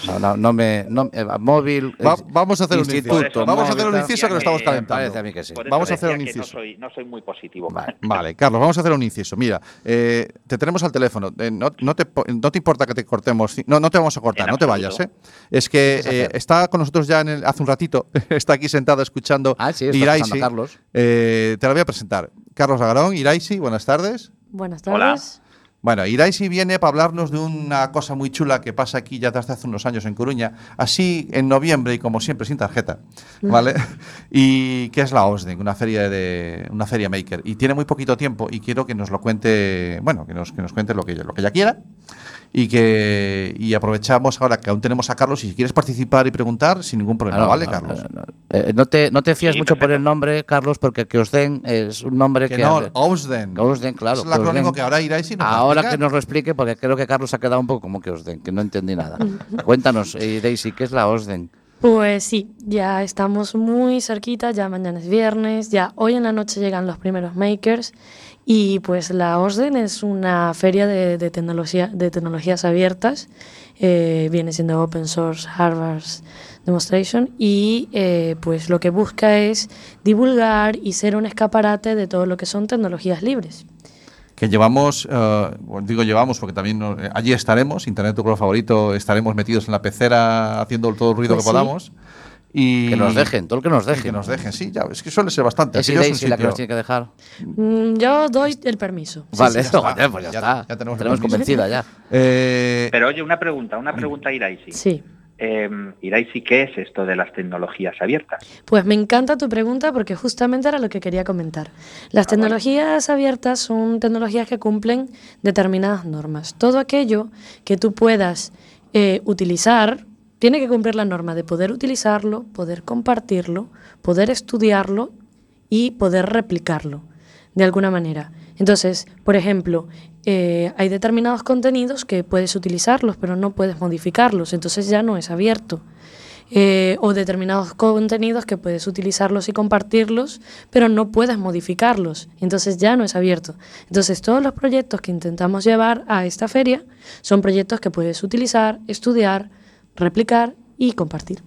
[SPEAKER 4] No, no, no me. no- eh, móvil.
[SPEAKER 3] Va-
[SPEAKER 4] eh,
[SPEAKER 3] vamos a hacer un
[SPEAKER 4] instituto,
[SPEAKER 3] inciso. Vamos a hacer un
[SPEAKER 4] móvil,
[SPEAKER 3] inciso que lo
[SPEAKER 4] tal.
[SPEAKER 3] estamos
[SPEAKER 4] Eh,
[SPEAKER 3] calentando.
[SPEAKER 4] Parece a mí que sí.
[SPEAKER 6] Por eso
[SPEAKER 3] Vamos a hacer
[SPEAKER 6] decía
[SPEAKER 3] un
[SPEAKER 6] que No
[SPEAKER 3] inciso.
[SPEAKER 6] soy, no soy muy positivo.
[SPEAKER 4] Vale.
[SPEAKER 3] Vale, Carlos, vamos a hacer un inciso. Mira, eh, te tenemos al teléfono. Eh, no, no te, po- no te importa que te cortemos. No, no te vamos a cortar,
[SPEAKER 6] En
[SPEAKER 3] no te
[SPEAKER 6] absoluto.
[SPEAKER 3] vayas. ¿eh? Es que eh, está con nosotros ya en el- hace un ratito. está aquí sentado escuchando.
[SPEAKER 4] Ah, sí, está
[SPEAKER 3] Iraisi.
[SPEAKER 4] escuchando a Carlos.
[SPEAKER 3] Eh, te la voy a presentar. Carlos Agarón, Iraisi, buenas tardes.
[SPEAKER 7] Buenas
[SPEAKER 6] Hola.
[SPEAKER 7] tardes.
[SPEAKER 3] Bueno, Iraisi viene para hablarnos de una cosa muy chula que pasa aquí ya desde hace unos años en Coruña, así en noviembre y como siempre sin tarjeta, ¿vale? y que es la OSDEN, una feria de una feria maker y tiene muy poquito tiempo y quiero que nos lo cuente, bueno, que nos, que nos cuente lo que ella- lo que ella quiera y que y aprovechamos ahora que aún tenemos a Carlos y si quieres participar y preguntar sin ningún
[SPEAKER 4] Ah,
[SPEAKER 3] problema,
[SPEAKER 4] no,
[SPEAKER 3] ¿vale,
[SPEAKER 4] no,
[SPEAKER 3] Carlos?
[SPEAKER 4] no, no. Eh, no te, no te fías
[SPEAKER 6] Sí,
[SPEAKER 4] mucho por
[SPEAKER 6] perfecto.
[SPEAKER 4] el nombre, Carlos, porque que os den es un nombre que.
[SPEAKER 3] Que no, OSDEN.
[SPEAKER 4] que os den, claro,
[SPEAKER 3] Es el
[SPEAKER 4] que os
[SPEAKER 3] acrónimo
[SPEAKER 4] den.
[SPEAKER 3] que ahora Iraisi nos va a
[SPEAKER 4] Ahora que
[SPEAKER 3] explicar.
[SPEAKER 4] nos lo explique, porque creo que Carlos ha quedado un poco como que OSDEN, que no entendí nada. Cuéntanos, eh, Daisy, ¿qué es la OSDEN?
[SPEAKER 7] Pues sí, ya estamos muy cerquita, ya mañana es viernes, ya hoy en la noche llegan los primeros makers y pues la OSDEN es una feria de, de tecnología, de tecnologías abiertas, eh, viene siendo Open Source Harvard Demonstration y eh, pues lo que busca es divulgar y ser un escaparate de todo lo que son tecnologías libres.
[SPEAKER 3] que llevamos, eh, bueno, digo llevamos porque también no- eh, allí estaremos, Internet tu club favorito, estaremos metidos en la pecera haciendo todo el ruido
[SPEAKER 7] Pues
[SPEAKER 3] que
[SPEAKER 7] sí.
[SPEAKER 3] podamos. Y
[SPEAKER 4] Que nos dejen, todo el que nos
[SPEAKER 3] y
[SPEAKER 4] dejen.
[SPEAKER 3] que nos dejen, sí, ya, es que suele ser bastante.
[SPEAKER 4] Es
[SPEAKER 3] aquello es un
[SPEAKER 4] Daisy la que
[SPEAKER 3] sitio-
[SPEAKER 4] nos tiene que dejar.
[SPEAKER 7] Mm, Yo doy el permiso. Sí,
[SPEAKER 4] vale,
[SPEAKER 3] sí, ya
[SPEAKER 4] vale,
[SPEAKER 3] está.
[SPEAKER 4] pues ya,
[SPEAKER 3] Ya-
[SPEAKER 4] está.
[SPEAKER 3] ya tenemos
[SPEAKER 4] tenemos
[SPEAKER 3] el compromiso.
[SPEAKER 4] convencida ya.
[SPEAKER 3] Eh,
[SPEAKER 6] Pero oye, una pregunta, una pregunta, Iraisi.
[SPEAKER 7] Sí.
[SPEAKER 6] Eh, Iraisi, ¿qué es esto de las tecnologías abiertas?
[SPEAKER 7] Pues me encanta tu pregunta porque justamente era lo que quería comentar. Las tecnologías abiertas son tecnologías que cumplen determinadas normas. Todo aquello que tú puedas eh, utilizar tiene que cumplir la norma de poder utilizarlo, poder compartirlo, poder estudiarlo y poder replicarlo de alguna manera. Entonces, por ejemplo, eh, hay determinados contenidos que puedes utilizarlos, pero no puedes modificarlos, entonces ya no es abierto eh, o determinados contenidos que puedes utilizarlos y compartirlos, pero no puedes modificarlos. Entonces ya no es abierto. Entonces todos los proyectos que intentamos llevar a esta feria son proyectos que puedes utilizar, estudiar, replicar y compartir.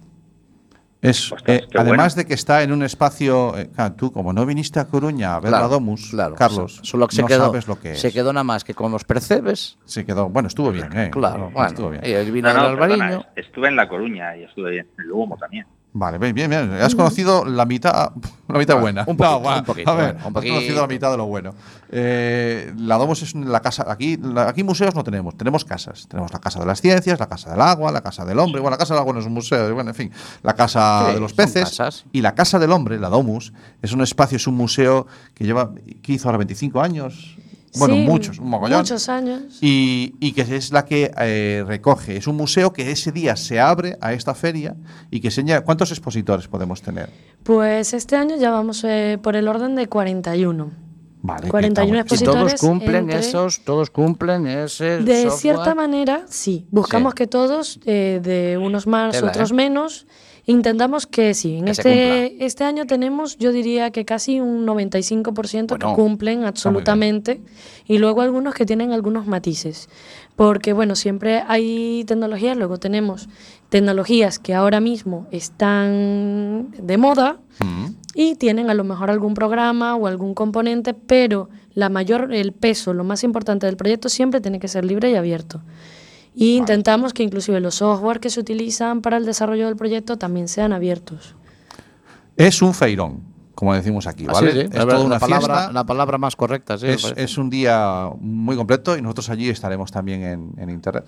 [SPEAKER 3] es,
[SPEAKER 6] Ostras,
[SPEAKER 3] eh,
[SPEAKER 6] qué
[SPEAKER 3] además
[SPEAKER 6] bueno.
[SPEAKER 3] de que está en un espacio, eh, claro, tú como no viniste a Coruña a ver la Domus,
[SPEAKER 4] claro.
[SPEAKER 3] Carlos,
[SPEAKER 4] so- Solo que se
[SPEAKER 3] no
[SPEAKER 4] quedó,
[SPEAKER 3] sabes lo que es.
[SPEAKER 4] Se quedó nada más que con los percebes.
[SPEAKER 3] Se quedó- bueno, estuvo bien, eh,
[SPEAKER 4] Claro,
[SPEAKER 3] estuvo
[SPEAKER 4] bueno.
[SPEAKER 3] bien.
[SPEAKER 4] Y el vino
[SPEAKER 6] No,
[SPEAKER 4] del
[SPEAKER 6] no, perdona, eh.
[SPEAKER 4] albariño.
[SPEAKER 6] es- estuve en La Coruña y estuve en el Humo también.
[SPEAKER 3] Vale, bien, bien, bien. Has conocido la mitad, la mitad buena.
[SPEAKER 4] Bueno, un poquito,
[SPEAKER 3] va,
[SPEAKER 4] un poquito,
[SPEAKER 3] a ver,
[SPEAKER 4] bueno, un
[SPEAKER 3] has conocido
[SPEAKER 4] poquito.
[SPEAKER 3] la mitad de lo bueno. Eh, la Domus es la casa. Aquí, la- aquí museos no tenemos, tenemos casas. Tenemos la casa de las ciencias, la casa del agua, la casa del hombre. Bueno, la casa del agua no es un museo, bueno, en fin. La casa
[SPEAKER 4] Sí,
[SPEAKER 3] de los
[SPEAKER 4] son
[SPEAKER 3] peces.
[SPEAKER 4] casas.
[SPEAKER 3] Y la casa del hombre, la Domus, es un espacio, es un museo que lleva, que hizo ahora 25 años. Bueno,
[SPEAKER 7] Sí,
[SPEAKER 3] muchos, un mogollón.
[SPEAKER 7] Muchos años.
[SPEAKER 3] Y, y que es la que eh, recoge. Es un museo que ese día se abre a esta feria y que enseña cuántos expositores podemos tener.
[SPEAKER 7] Pues este año ya vamos eh, por el orden de 41.
[SPEAKER 3] Vale, que
[SPEAKER 7] 41
[SPEAKER 3] está
[SPEAKER 4] Si
[SPEAKER 3] bueno.
[SPEAKER 4] todos
[SPEAKER 7] expositores
[SPEAKER 4] cumplen
[SPEAKER 7] Pues entre-
[SPEAKER 4] esos, todos cumplen ese.
[SPEAKER 7] De
[SPEAKER 4] software.
[SPEAKER 7] cierta manera, sí. Buscamos
[SPEAKER 4] Sí.
[SPEAKER 7] que todos, eh, de unos más,
[SPEAKER 4] Tela,
[SPEAKER 7] otros
[SPEAKER 4] ¿eh?
[SPEAKER 7] menos, intentamos que sí. En
[SPEAKER 4] Que se
[SPEAKER 7] este, este año tenemos, yo diría que casi un 95%
[SPEAKER 4] Bueno,
[SPEAKER 7] que cumplen
[SPEAKER 3] muy bien.
[SPEAKER 7] absolutamente y luego algunos que tienen algunos matices. Porque, bueno, siempre hay tecnologías, luego tenemos tecnologías que ahora mismo están de moda,
[SPEAKER 3] Mm.
[SPEAKER 7] y tienen a lo mejor algún programa o algún componente, pero la mayor, el peso, lo más importante del proyecto siempre tiene que ser libre y abierto. Y intentamos que inclusive los software que se utilizan para el desarrollo del proyecto también sean abiertos.
[SPEAKER 3] Es un feirón, como decimos aquí,
[SPEAKER 4] Ah,
[SPEAKER 3] ¿vale?
[SPEAKER 4] sí, sí,
[SPEAKER 3] es
[SPEAKER 4] la verdad,
[SPEAKER 3] toda una
[SPEAKER 4] la palabra,
[SPEAKER 3] fiesta.
[SPEAKER 4] la palabra más correcta, sí. pues. me
[SPEAKER 3] es,
[SPEAKER 4] parece.
[SPEAKER 3] es un día muy completo y nosotros allí estaremos también en, en internet.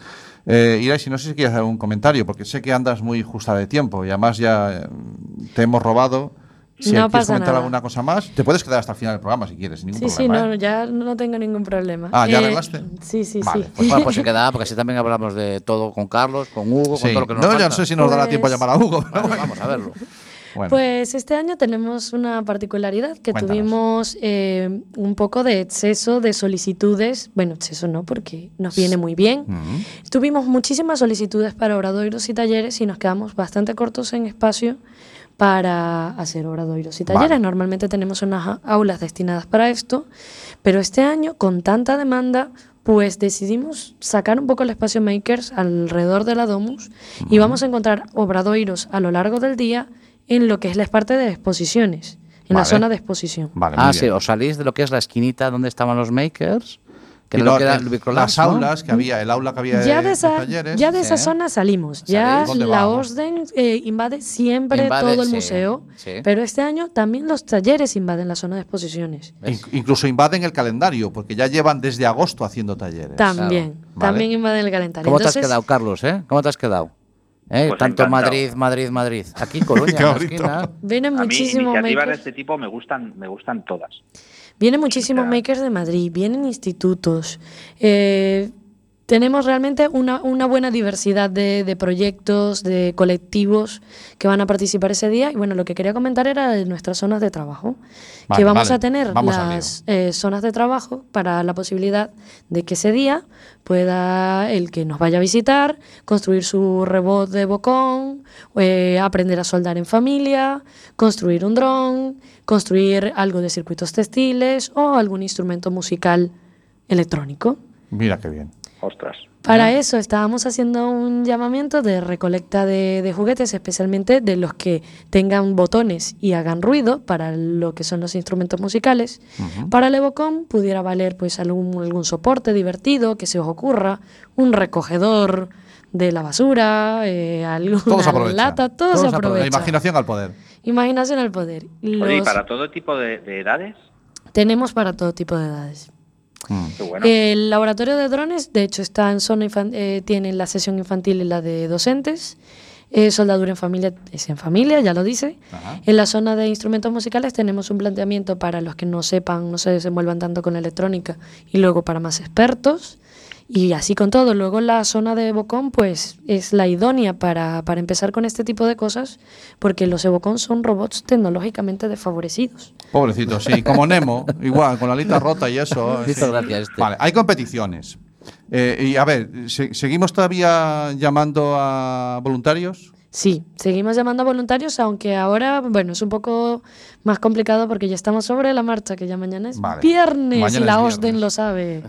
[SPEAKER 3] Eh, Irai, si no sé si quieres hacer un comentario, porque sé que andas muy justa de tiempo y además ya eh, te hemos robado. Si
[SPEAKER 7] No
[SPEAKER 3] quieres
[SPEAKER 7] pasa
[SPEAKER 3] comentar
[SPEAKER 7] nada.
[SPEAKER 3] alguna cosa más, te puedes quedar hasta el final del programa si quieres, sin ningún
[SPEAKER 7] Sí, sí,
[SPEAKER 3] problema.
[SPEAKER 7] no,
[SPEAKER 3] ¿eh?
[SPEAKER 7] ya no tengo ningún problema. Eh,
[SPEAKER 3] Ah, ¿ya arreglaste?
[SPEAKER 7] Sí, sí,
[SPEAKER 3] Vale,
[SPEAKER 7] sí.
[SPEAKER 4] Pues bueno, pues se queda, porque así también hablamos de todo con Carlos, con Hugo,
[SPEAKER 3] Sí.
[SPEAKER 4] con todo lo que nos
[SPEAKER 3] no,
[SPEAKER 4] falta.
[SPEAKER 3] ya no sé si nos dará tiempo a
[SPEAKER 7] Pues-
[SPEAKER 3] llamar a Hugo. pero
[SPEAKER 4] Bueno,
[SPEAKER 3] bueno.
[SPEAKER 4] vamos a verlo.
[SPEAKER 3] Bueno,
[SPEAKER 7] Pues este año tenemos una particularidad que
[SPEAKER 3] Cuéntanos.
[SPEAKER 7] tuvimos eh, un poco de exceso de solicitudes. Bueno, exceso no, porque nos viene muy bien.
[SPEAKER 3] Mm.
[SPEAKER 7] Tuvimos muchísimas solicitudes para obradoiros y talleres y nos quedamos bastante cortos en espacio para hacer obradoiros y
[SPEAKER 3] Vale.
[SPEAKER 7] talleres. Normalmente tenemos unas a- aulas destinadas para esto, pero este año, con tanta demanda, pues decidimos sacar un poco el espacio Makers alrededor de la Domus y vamos a encontrar obradoiros a lo largo del día en lo que es la parte de exposiciones, en la
[SPEAKER 4] Vale.
[SPEAKER 7] zona de exposición.
[SPEAKER 3] Vale, muy
[SPEAKER 4] ah,
[SPEAKER 3] bien.
[SPEAKER 4] sí, os salís de lo que es la esquinita donde estaban los makers. Que
[SPEAKER 3] Y
[SPEAKER 4] era lo
[SPEAKER 3] lo-
[SPEAKER 4] que era
[SPEAKER 3] el-
[SPEAKER 4] el Microlabs,
[SPEAKER 3] las
[SPEAKER 4] ¿no?
[SPEAKER 3] aulas que había, el aula que había
[SPEAKER 7] Ya
[SPEAKER 3] en
[SPEAKER 7] de
[SPEAKER 3] los
[SPEAKER 7] esa,
[SPEAKER 3] talleres.
[SPEAKER 7] ya de esa
[SPEAKER 4] sí.
[SPEAKER 7] zona salimos, ya
[SPEAKER 3] ¿Dónde
[SPEAKER 7] la
[SPEAKER 3] vamos?
[SPEAKER 7] Orden eh, invade siempre
[SPEAKER 4] Invade,
[SPEAKER 7] todo el
[SPEAKER 4] sí,
[SPEAKER 7] museo,
[SPEAKER 4] sí.
[SPEAKER 7] pero este año también los talleres invaden la zona de exposiciones.
[SPEAKER 4] ¿Ves?
[SPEAKER 3] Inc- incluso invaden el calendario, porque ya llevan desde agosto haciendo talleres.
[SPEAKER 7] También,
[SPEAKER 4] Vale.
[SPEAKER 7] también invaden el calendario.
[SPEAKER 4] ¿Cómo te
[SPEAKER 7] Entonces,
[SPEAKER 4] has quedado, Carlos? Eh? ¿Cómo te has quedado? ¿Eh?
[SPEAKER 6] Pues
[SPEAKER 4] Tanto
[SPEAKER 6] encantado.
[SPEAKER 4] Madrid, Madrid, Madrid. Aquí, Coruña, en la
[SPEAKER 3] Cabrito.
[SPEAKER 4] esquina.
[SPEAKER 7] Vienen
[SPEAKER 6] A mí
[SPEAKER 7] muchísimos
[SPEAKER 6] iniciativas de
[SPEAKER 7] makers.
[SPEAKER 6] este tipo me gustan, me gustan todas.
[SPEAKER 7] Vienen muchísimos
[SPEAKER 6] Ya.
[SPEAKER 7] makers de Madrid, vienen institutos. eh, tenemos realmente una, una buena diversidad de, de proyectos, de colectivos que van a participar ese día. Y bueno, lo que quería comentar era de nuestras zonas de trabajo.
[SPEAKER 3] Vale,
[SPEAKER 7] que vamos
[SPEAKER 3] vale,
[SPEAKER 7] a tener
[SPEAKER 3] vamos al
[SPEAKER 7] las eh, zonas de trabajo para la posibilidad de que ese día pueda el que nos vaya a visitar construir su rebot de bocón, eh, aprender a soldar en familia, construir un dron, construir algo de circuitos textiles o algún instrumento musical electrónico.
[SPEAKER 3] Mira qué bien.
[SPEAKER 6] Ostras.
[SPEAKER 7] Para eso estábamos haciendo un llamamiento de recolecta de, de juguetes, especialmente de los que tengan botones y hagan ruido para lo que son los instrumentos musicales. Para el Evocom pudiera valer pues algún, algún soporte divertido que se os ocurra, un recogedor de la basura, eh,
[SPEAKER 3] Todos
[SPEAKER 7] alguna
[SPEAKER 3] aprovechan.
[SPEAKER 7] lata, todo se
[SPEAKER 3] apro-
[SPEAKER 7] aprovecha.
[SPEAKER 3] La imaginación al poder.
[SPEAKER 7] Imaginación al poder.
[SPEAKER 6] Oye, ¿y
[SPEAKER 7] Los
[SPEAKER 6] para todo tipo de, de edades?
[SPEAKER 7] Tenemos para todo tipo de edades.
[SPEAKER 3] Mm.
[SPEAKER 6] Qué bueno.
[SPEAKER 7] El laboratorio de drones, de hecho, está en zona infan- eh, tiene la sesión infantil y la de docentes. Eh, soldadura en familia es en familia, ya lo dice. En la zona de instrumentos musicales tenemos un planteamiento para los que no sepan, no se desenvuelvan tanto con la electrónica y luego para más expertos. Y así con todo. Luego la zona de Bocón, pues es la idónea para, para empezar con este tipo de cosas, porque los Evocón son robots tecnológicamente desfavorecidos.
[SPEAKER 3] Pobrecito, sí, como Nemo, igual, con la alita rota y eso.
[SPEAKER 4] Muchas
[SPEAKER 3] sí.
[SPEAKER 4] gracias, este.
[SPEAKER 3] Vale, hay competiciones. Eh, y a ver, ¿se- ¿seguimos todavía llamando a voluntarios?
[SPEAKER 7] Sí, seguimos llamando a voluntarios, aunque ahora, bueno, es un poco más complicado porque ya estamos sobre la marcha, que ya mañana es
[SPEAKER 3] Vale.
[SPEAKER 7] viernes
[SPEAKER 3] Mañana
[SPEAKER 7] y la
[SPEAKER 3] es
[SPEAKER 7] OSDEN
[SPEAKER 3] viernes.
[SPEAKER 7] lo sabe.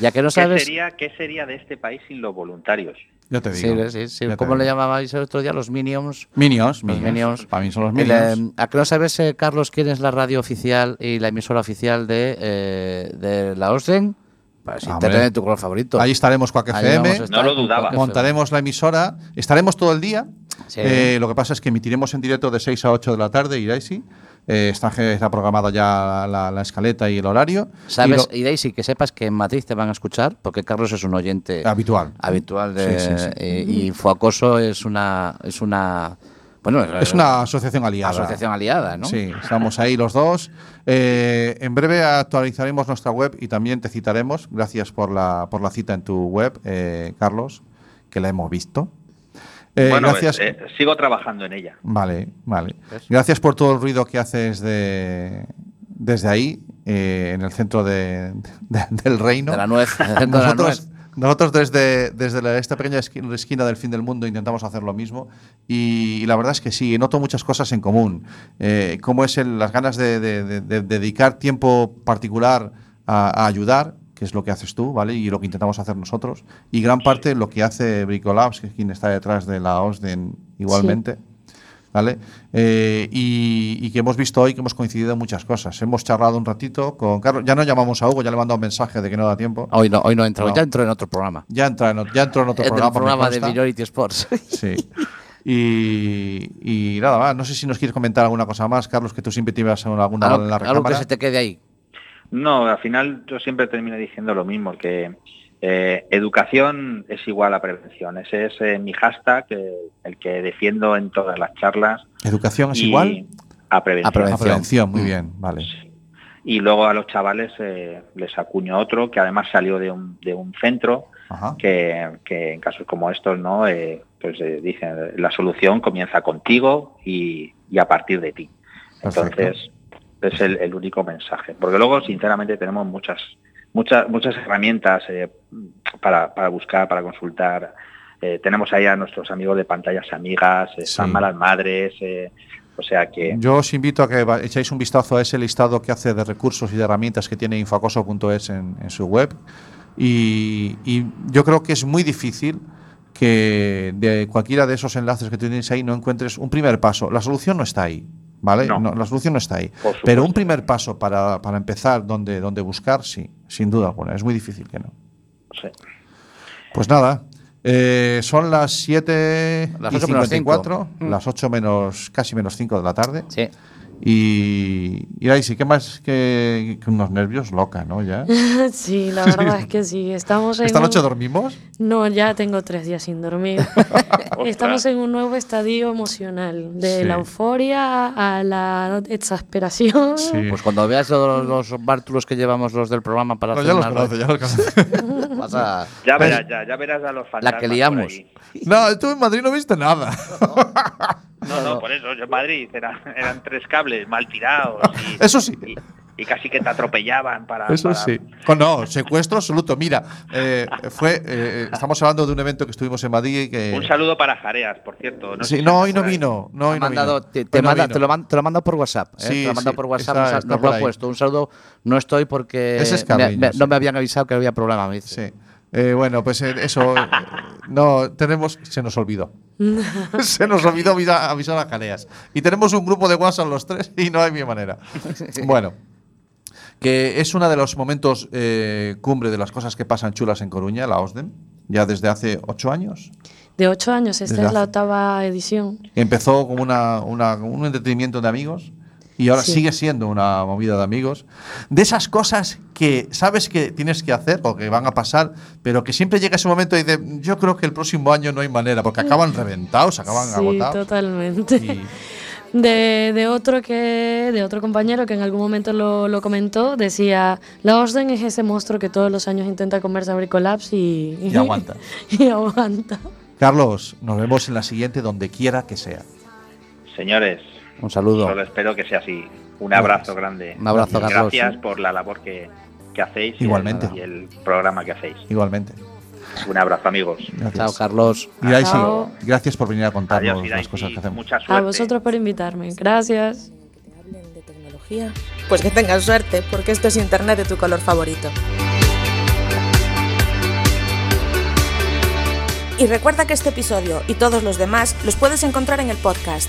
[SPEAKER 4] Ya que no
[SPEAKER 6] ¿Qué
[SPEAKER 4] sabes.
[SPEAKER 6] sería, ¿Qué sería de este país sin los voluntarios?
[SPEAKER 3] Ya te
[SPEAKER 4] Sí,
[SPEAKER 3] digo.
[SPEAKER 4] sí, sí.
[SPEAKER 3] Ya te
[SPEAKER 4] ¿Cómo le
[SPEAKER 3] digo.
[SPEAKER 4] llamabais el otro día? Los Minions.
[SPEAKER 3] Minions,
[SPEAKER 4] Los
[SPEAKER 3] minions.
[SPEAKER 4] Minions.
[SPEAKER 3] Para mí son los
[SPEAKER 4] El,
[SPEAKER 3] Minions.
[SPEAKER 4] eh, ¿A que no sabes, eh, Carlos, quién es la radio oficial y la emisora oficial de, eh, de la OSDEN? Pues
[SPEAKER 3] Hombre.
[SPEAKER 4] internet de tu color favorito.
[SPEAKER 3] Ahí estaremos Quack
[SPEAKER 4] Ahí vamos a
[SPEAKER 3] FM.
[SPEAKER 4] estar
[SPEAKER 6] No lo
[SPEAKER 4] con
[SPEAKER 6] dudaba.
[SPEAKER 4] Quack FM.
[SPEAKER 3] Montaremos la emisora, estaremos todo el día.
[SPEAKER 4] Sí.
[SPEAKER 3] Eh, lo que pasa es que emitiremos en directo de 6 a 8 de la tarde, y sí. Eh, está, está programada ya la, la escaleta y el horario. Y
[SPEAKER 4] Sabes,
[SPEAKER 3] lo-
[SPEAKER 4] y, Daisy, que sepas que en Madrid te van a escuchar, porque Carlos es un oyente
[SPEAKER 3] habitual.
[SPEAKER 4] habitual de
[SPEAKER 3] Ah. Sí, sí, sí.
[SPEAKER 4] eh, y Foacoso es una es una bueno
[SPEAKER 3] Es una asociación aliada.
[SPEAKER 4] asociación aliada, ¿no?
[SPEAKER 3] Sí, estamos ahí los dos. Eh, en breve actualizaremos nuestra web y también te citaremos. Gracias por la, por la cita en tu web, eh, Carlos, que la hemos visto. Eh,
[SPEAKER 6] bueno,
[SPEAKER 3] gracias.
[SPEAKER 6] eh, sigo trabajando en ella.
[SPEAKER 3] Vale, vale. Gracias por todo el ruido que haces de, desde ahí, eh, en el centro de- de- del reino.
[SPEAKER 4] De la nuez, de la
[SPEAKER 3] Nosotros,
[SPEAKER 4] nuez.
[SPEAKER 3] nosotros desde, desde la- esta pequeña esqui- esquina, del fin del mundo intentamos hacer lo mismo y, la verdad es que sí, noto muchas cosas en común, Eh, como es el- las ganas de, de- de- de dedicar tiempo particular a, a ayudar que es lo que haces tú, ¿vale? Y lo que intentamos hacer nosotros. Y gran parte lo que hace Bricolabs, que es quien está detrás de la OSDEN igualmente. ¿Vale? Eh, y, y que hemos visto hoy que hemos coincidido en muchas cosas. Hemos charlado un ratito con Carlos. Ya no llamamos a Hugo, ya le he mandado un mensaje de que no da tiempo.
[SPEAKER 4] Hoy no, hoy no entro,
[SPEAKER 3] No.
[SPEAKER 4] ya entro en otro programa.
[SPEAKER 3] Ya entra en, ot- ya entró en otro
[SPEAKER 4] Entro en
[SPEAKER 3] programa.
[SPEAKER 4] el programa
[SPEAKER 3] me
[SPEAKER 4] de
[SPEAKER 3] consta.
[SPEAKER 4] Minority Sports.
[SPEAKER 3] Sí. Y, y nada más, no sé si nos quieres comentar alguna cosa más, Carlos, que tú siempre te ibas a una- alguna
[SPEAKER 4] algo,
[SPEAKER 3] en la
[SPEAKER 4] algo que
[SPEAKER 3] recámara.
[SPEAKER 4] se te quede ahí.
[SPEAKER 6] No, al final yo siempre termino diciendo lo mismo, que eh, educación es igual a prevención. Ese es eh, mi hashtag, eh, el que defiendo en todas las charlas.
[SPEAKER 3] Educación es
[SPEAKER 6] y
[SPEAKER 3] igual
[SPEAKER 6] A prevención.
[SPEAKER 4] A prevención.
[SPEAKER 3] a prevención, muy
[SPEAKER 4] Mm.
[SPEAKER 3] bien, vale.
[SPEAKER 6] Y luego a los chavales eh, les acuño otro, que además salió de un, de un centro,
[SPEAKER 3] Ajá.
[SPEAKER 6] que, que en casos como estos, ¿no? Eh, pues eh, dicen, la solución comienza contigo y, y a partir de ti.
[SPEAKER 3] Perfecto.
[SPEAKER 6] Entonces, es el, el único mensaje. Porque luego, sinceramente, tenemos muchas, muchas, muchas herramientas eh, para, para buscar, para consultar. Eh, tenemos ahí a nuestros amigos de pantallas amigas, eh,
[SPEAKER 3] Sí.
[SPEAKER 6] están malas madres, eh, O sea que
[SPEAKER 3] Yo os invito a que va- echéis un vistazo a ese listado que hace de recursos y de herramientas que tiene infoacoso.es en, en su web. Y, y yo creo que es muy difícil que de cualquiera de esos enlaces que tú tienes ahí no encuentres un primer paso. La solución no está ahí. ¿Vale?
[SPEAKER 6] No.
[SPEAKER 3] la solución no está ahí.
[SPEAKER 6] Por supuesto.
[SPEAKER 3] Pero un primer paso para, para empezar donde, donde buscar, sí, sin duda alguna. Es muy difícil que no.
[SPEAKER 6] sí.
[SPEAKER 3] Pues nada, eh, son las 7
[SPEAKER 4] Las
[SPEAKER 3] y
[SPEAKER 4] ocho menos cinco.
[SPEAKER 3] 54,
[SPEAKER 4] Mm.
[SPEAKER 3] las 8 menos, casi menos 5 de la tarde.
[SPEAKER 4] Sí.
[SPEAKER 3] Y, y ahí sí, ¿qué más que, que unos nervios? Loca, ¿no? Ya.
[SPEAKER 7] sí, la verdad es que sí. Estamos en
[SPEAKER 3] ¿Esta noche
[SPEAKER 7] un-
[SPEAKER 3] dormimos?
[SPEAKER 7] No, ya tengo tres días sin dormir. Estamos en un nuevo estadio emocional, de
[SPEAKER 3] Sí.
[SPEAKER 7] la euforia a la exasperación.
[SPEAKER 3] Sí.
[SPEAKER 4] Pues cuando veas los, los bártulos que llevamos los del programa para
[SPEAKER 3] No,
[SPEAKER 4] hacer
[SPEAKER 3] ya los
[SPEAKER 4] una
[SPEAKER 3] conoce,
[SPEAKER 4] red,
[SPEAKER 3] ya los conoce.
[SPEAKER 4] vas a-
[SPEAKER 6] Ya
[SPEAKER 3] Pues
[SPEAKER 6] verás, ya, ya verás a los fantasmas.
[SPEAKER 4] que
[SPEAKER 6] por
[SPEAKER 4] liamos.
[SPEAKER 6] ahí.
[SPEAKER 3] No, tú en Madrid no viste nada.
[SPEAKER 6] No, no, por eso. Yo en Madrid era- eran tres cables mal tirados. Y,
[SPEAKER 3] Ah, Eso sí.
[SPEAKER 6] y- y casi que te atropellaban para.
[SPEAKER 3] Eso
[SPEAKER 6] para-
[SPEAKER 3] sí. Con- No, secuestro absoluto. Mira, eh, fue, eh, estamos hablando de un evento que estuvimos en Madrid y que...
[SPEAKER 6] Un saludo para Jareas, por cierto.
[SPEAKER 3] Eh. Sí,
[SPEAKER 6] sé si
[SPEAKER 3] no,
[SPEAKER 6] está
[SPEAKER 3] hoy no
[SPEAKER 6] por ahí.
[SPEAKER 3] vino. No,
[SPEAKER 4] te
[SPEAKER 3] hoy
[SPEAKER 4] ha
[SPEAKER 3] no
[SPEAKER 4] mandado-
[SPEAKER 3] vino.
[SPEAKER 4] te-
[SPEAKER 3] Hoy
[SPEAKER 4] te
[SPEAKER 3] no
[SPEAKER 4] manda-
[SPEAKER 3] vino.
[SPEAKER 4] te lo man- te lo manda por WhatsApp. ¿eh?
[SPEAKER 3] Sí,
[SPEAKER 4] te lo manda
[SPEAKER 3] sí,
[SPEAKER 4] por WhatsApp,
[SPEAKER 3] está-
[SPEAKER 4] nos ha-
[SPEAKER 3] está
[SPEAKER 4] nos
[SPEAKER 3] por
[SPEAKER 4] lo ha
[SPEAKER 3] ahí.
[SPEAKER 4] puesto. Un saludo, no estoy porque
[SPEAKER 3] Ese es
[SPEAKER 4] me-
[SPEAKER 3] Carreño,
[SPEAKER 4] me-
[SPEAKER 3] sí.
[SPEAKER 4] no me habían avisado que había problema. Me dice.
[SPEAKER 3] Sí. Eh, bueno, pues eh, eso. eh, no, tenemos. Se nos olvidó. se nos olvidó avisa- avisar a Caneas. Y tenemos un grupo de WhatsApp los tres y no hay mi manera. Bueno. Que es uno de los momentos eh, cumbre de las cosas que pasan chulas en Coruña, la OSDEM, ya desde hace ocho años.
[SPEAKER 7] De ocho años, esta
[SPEAKER 3] Desde
[SPEAKER 7] es la
[SPEAKER 3] hace-
[SPEAKER 7] octava edición.
[SPEAKER 3] Empezó como una, una- un entretenimiento de amigos y ahora
[SPEAKER 7] Sí.
[SPEAKER 3] sigue siendo una movida de amigos. De esas cosas que sabes que tienes que hacer o que van a pasar, pero que siempre llega ese momento y dices, yo creo que el próximo año no hay manera, porque acaban reventados, acaban
[SPEAKER 7] sí,
[SPEAKER 3] agotados.
[SPEAKER 7] totalmente.
[SPEAKER 3] Y-
[SPEAKER 7] De, de otro que de otro compañero que en algún momento lo, lo comentó, decía, la Orden es ese monstruo que todos los años intenta comerse a Bricolaps y,
[SPEAKER 3] Y aguanta.
[SPEAKER 7] y aguanta.
[SPEAKER 3] Carlos, nos vemos en la siguiente, donde quiera que sea.
[SPEAKER 6] Señores,
[SPEAKER 4] Un saludo.
[SPEAKER 6] solo espero que sea así. Un abrazo grande.
[SPEAKER 4] Un abrazo,
[SPEAKER 6] Y
[SPEAKER 4] Carlos.
[SPEAKER 6] Gracias por la labor que, que hacéis. y el-
[SPEAKER 3] Igualmente.
[SPEAKER 6] Y el, programa que hacéis.
[SPEAKER 3] Igualmente.
[SPEAKER 6] Un abrazo, amigos.
[SPEAKER 4] Chao,
[SPEAKER 3] Gracias.
[SPEAKER 4] Carlos.
[SPEAKER 3] Y Daisy,
[SPEAKER 7] Chao.
[SPEAKER 3] gracias por venir a
[SPEAKER 6] Adiós,
[SPEAKER 3] contarnos
[SPEAKER 6] y
[SPEAKER 3] las cosas que hacemos.
[SPEAKER 6] Mucha suerte.
[SPEAKER 7] A vosotros por invitarme. Gracias.
[SPEAKER 2] que hablen de tecnología? Pues que tengan suerte, porque esto es Internet de tu color favorito.
[SPEAKER 8] Y recuerda que este episodio y todos los demás los puedes encontrar en el podcast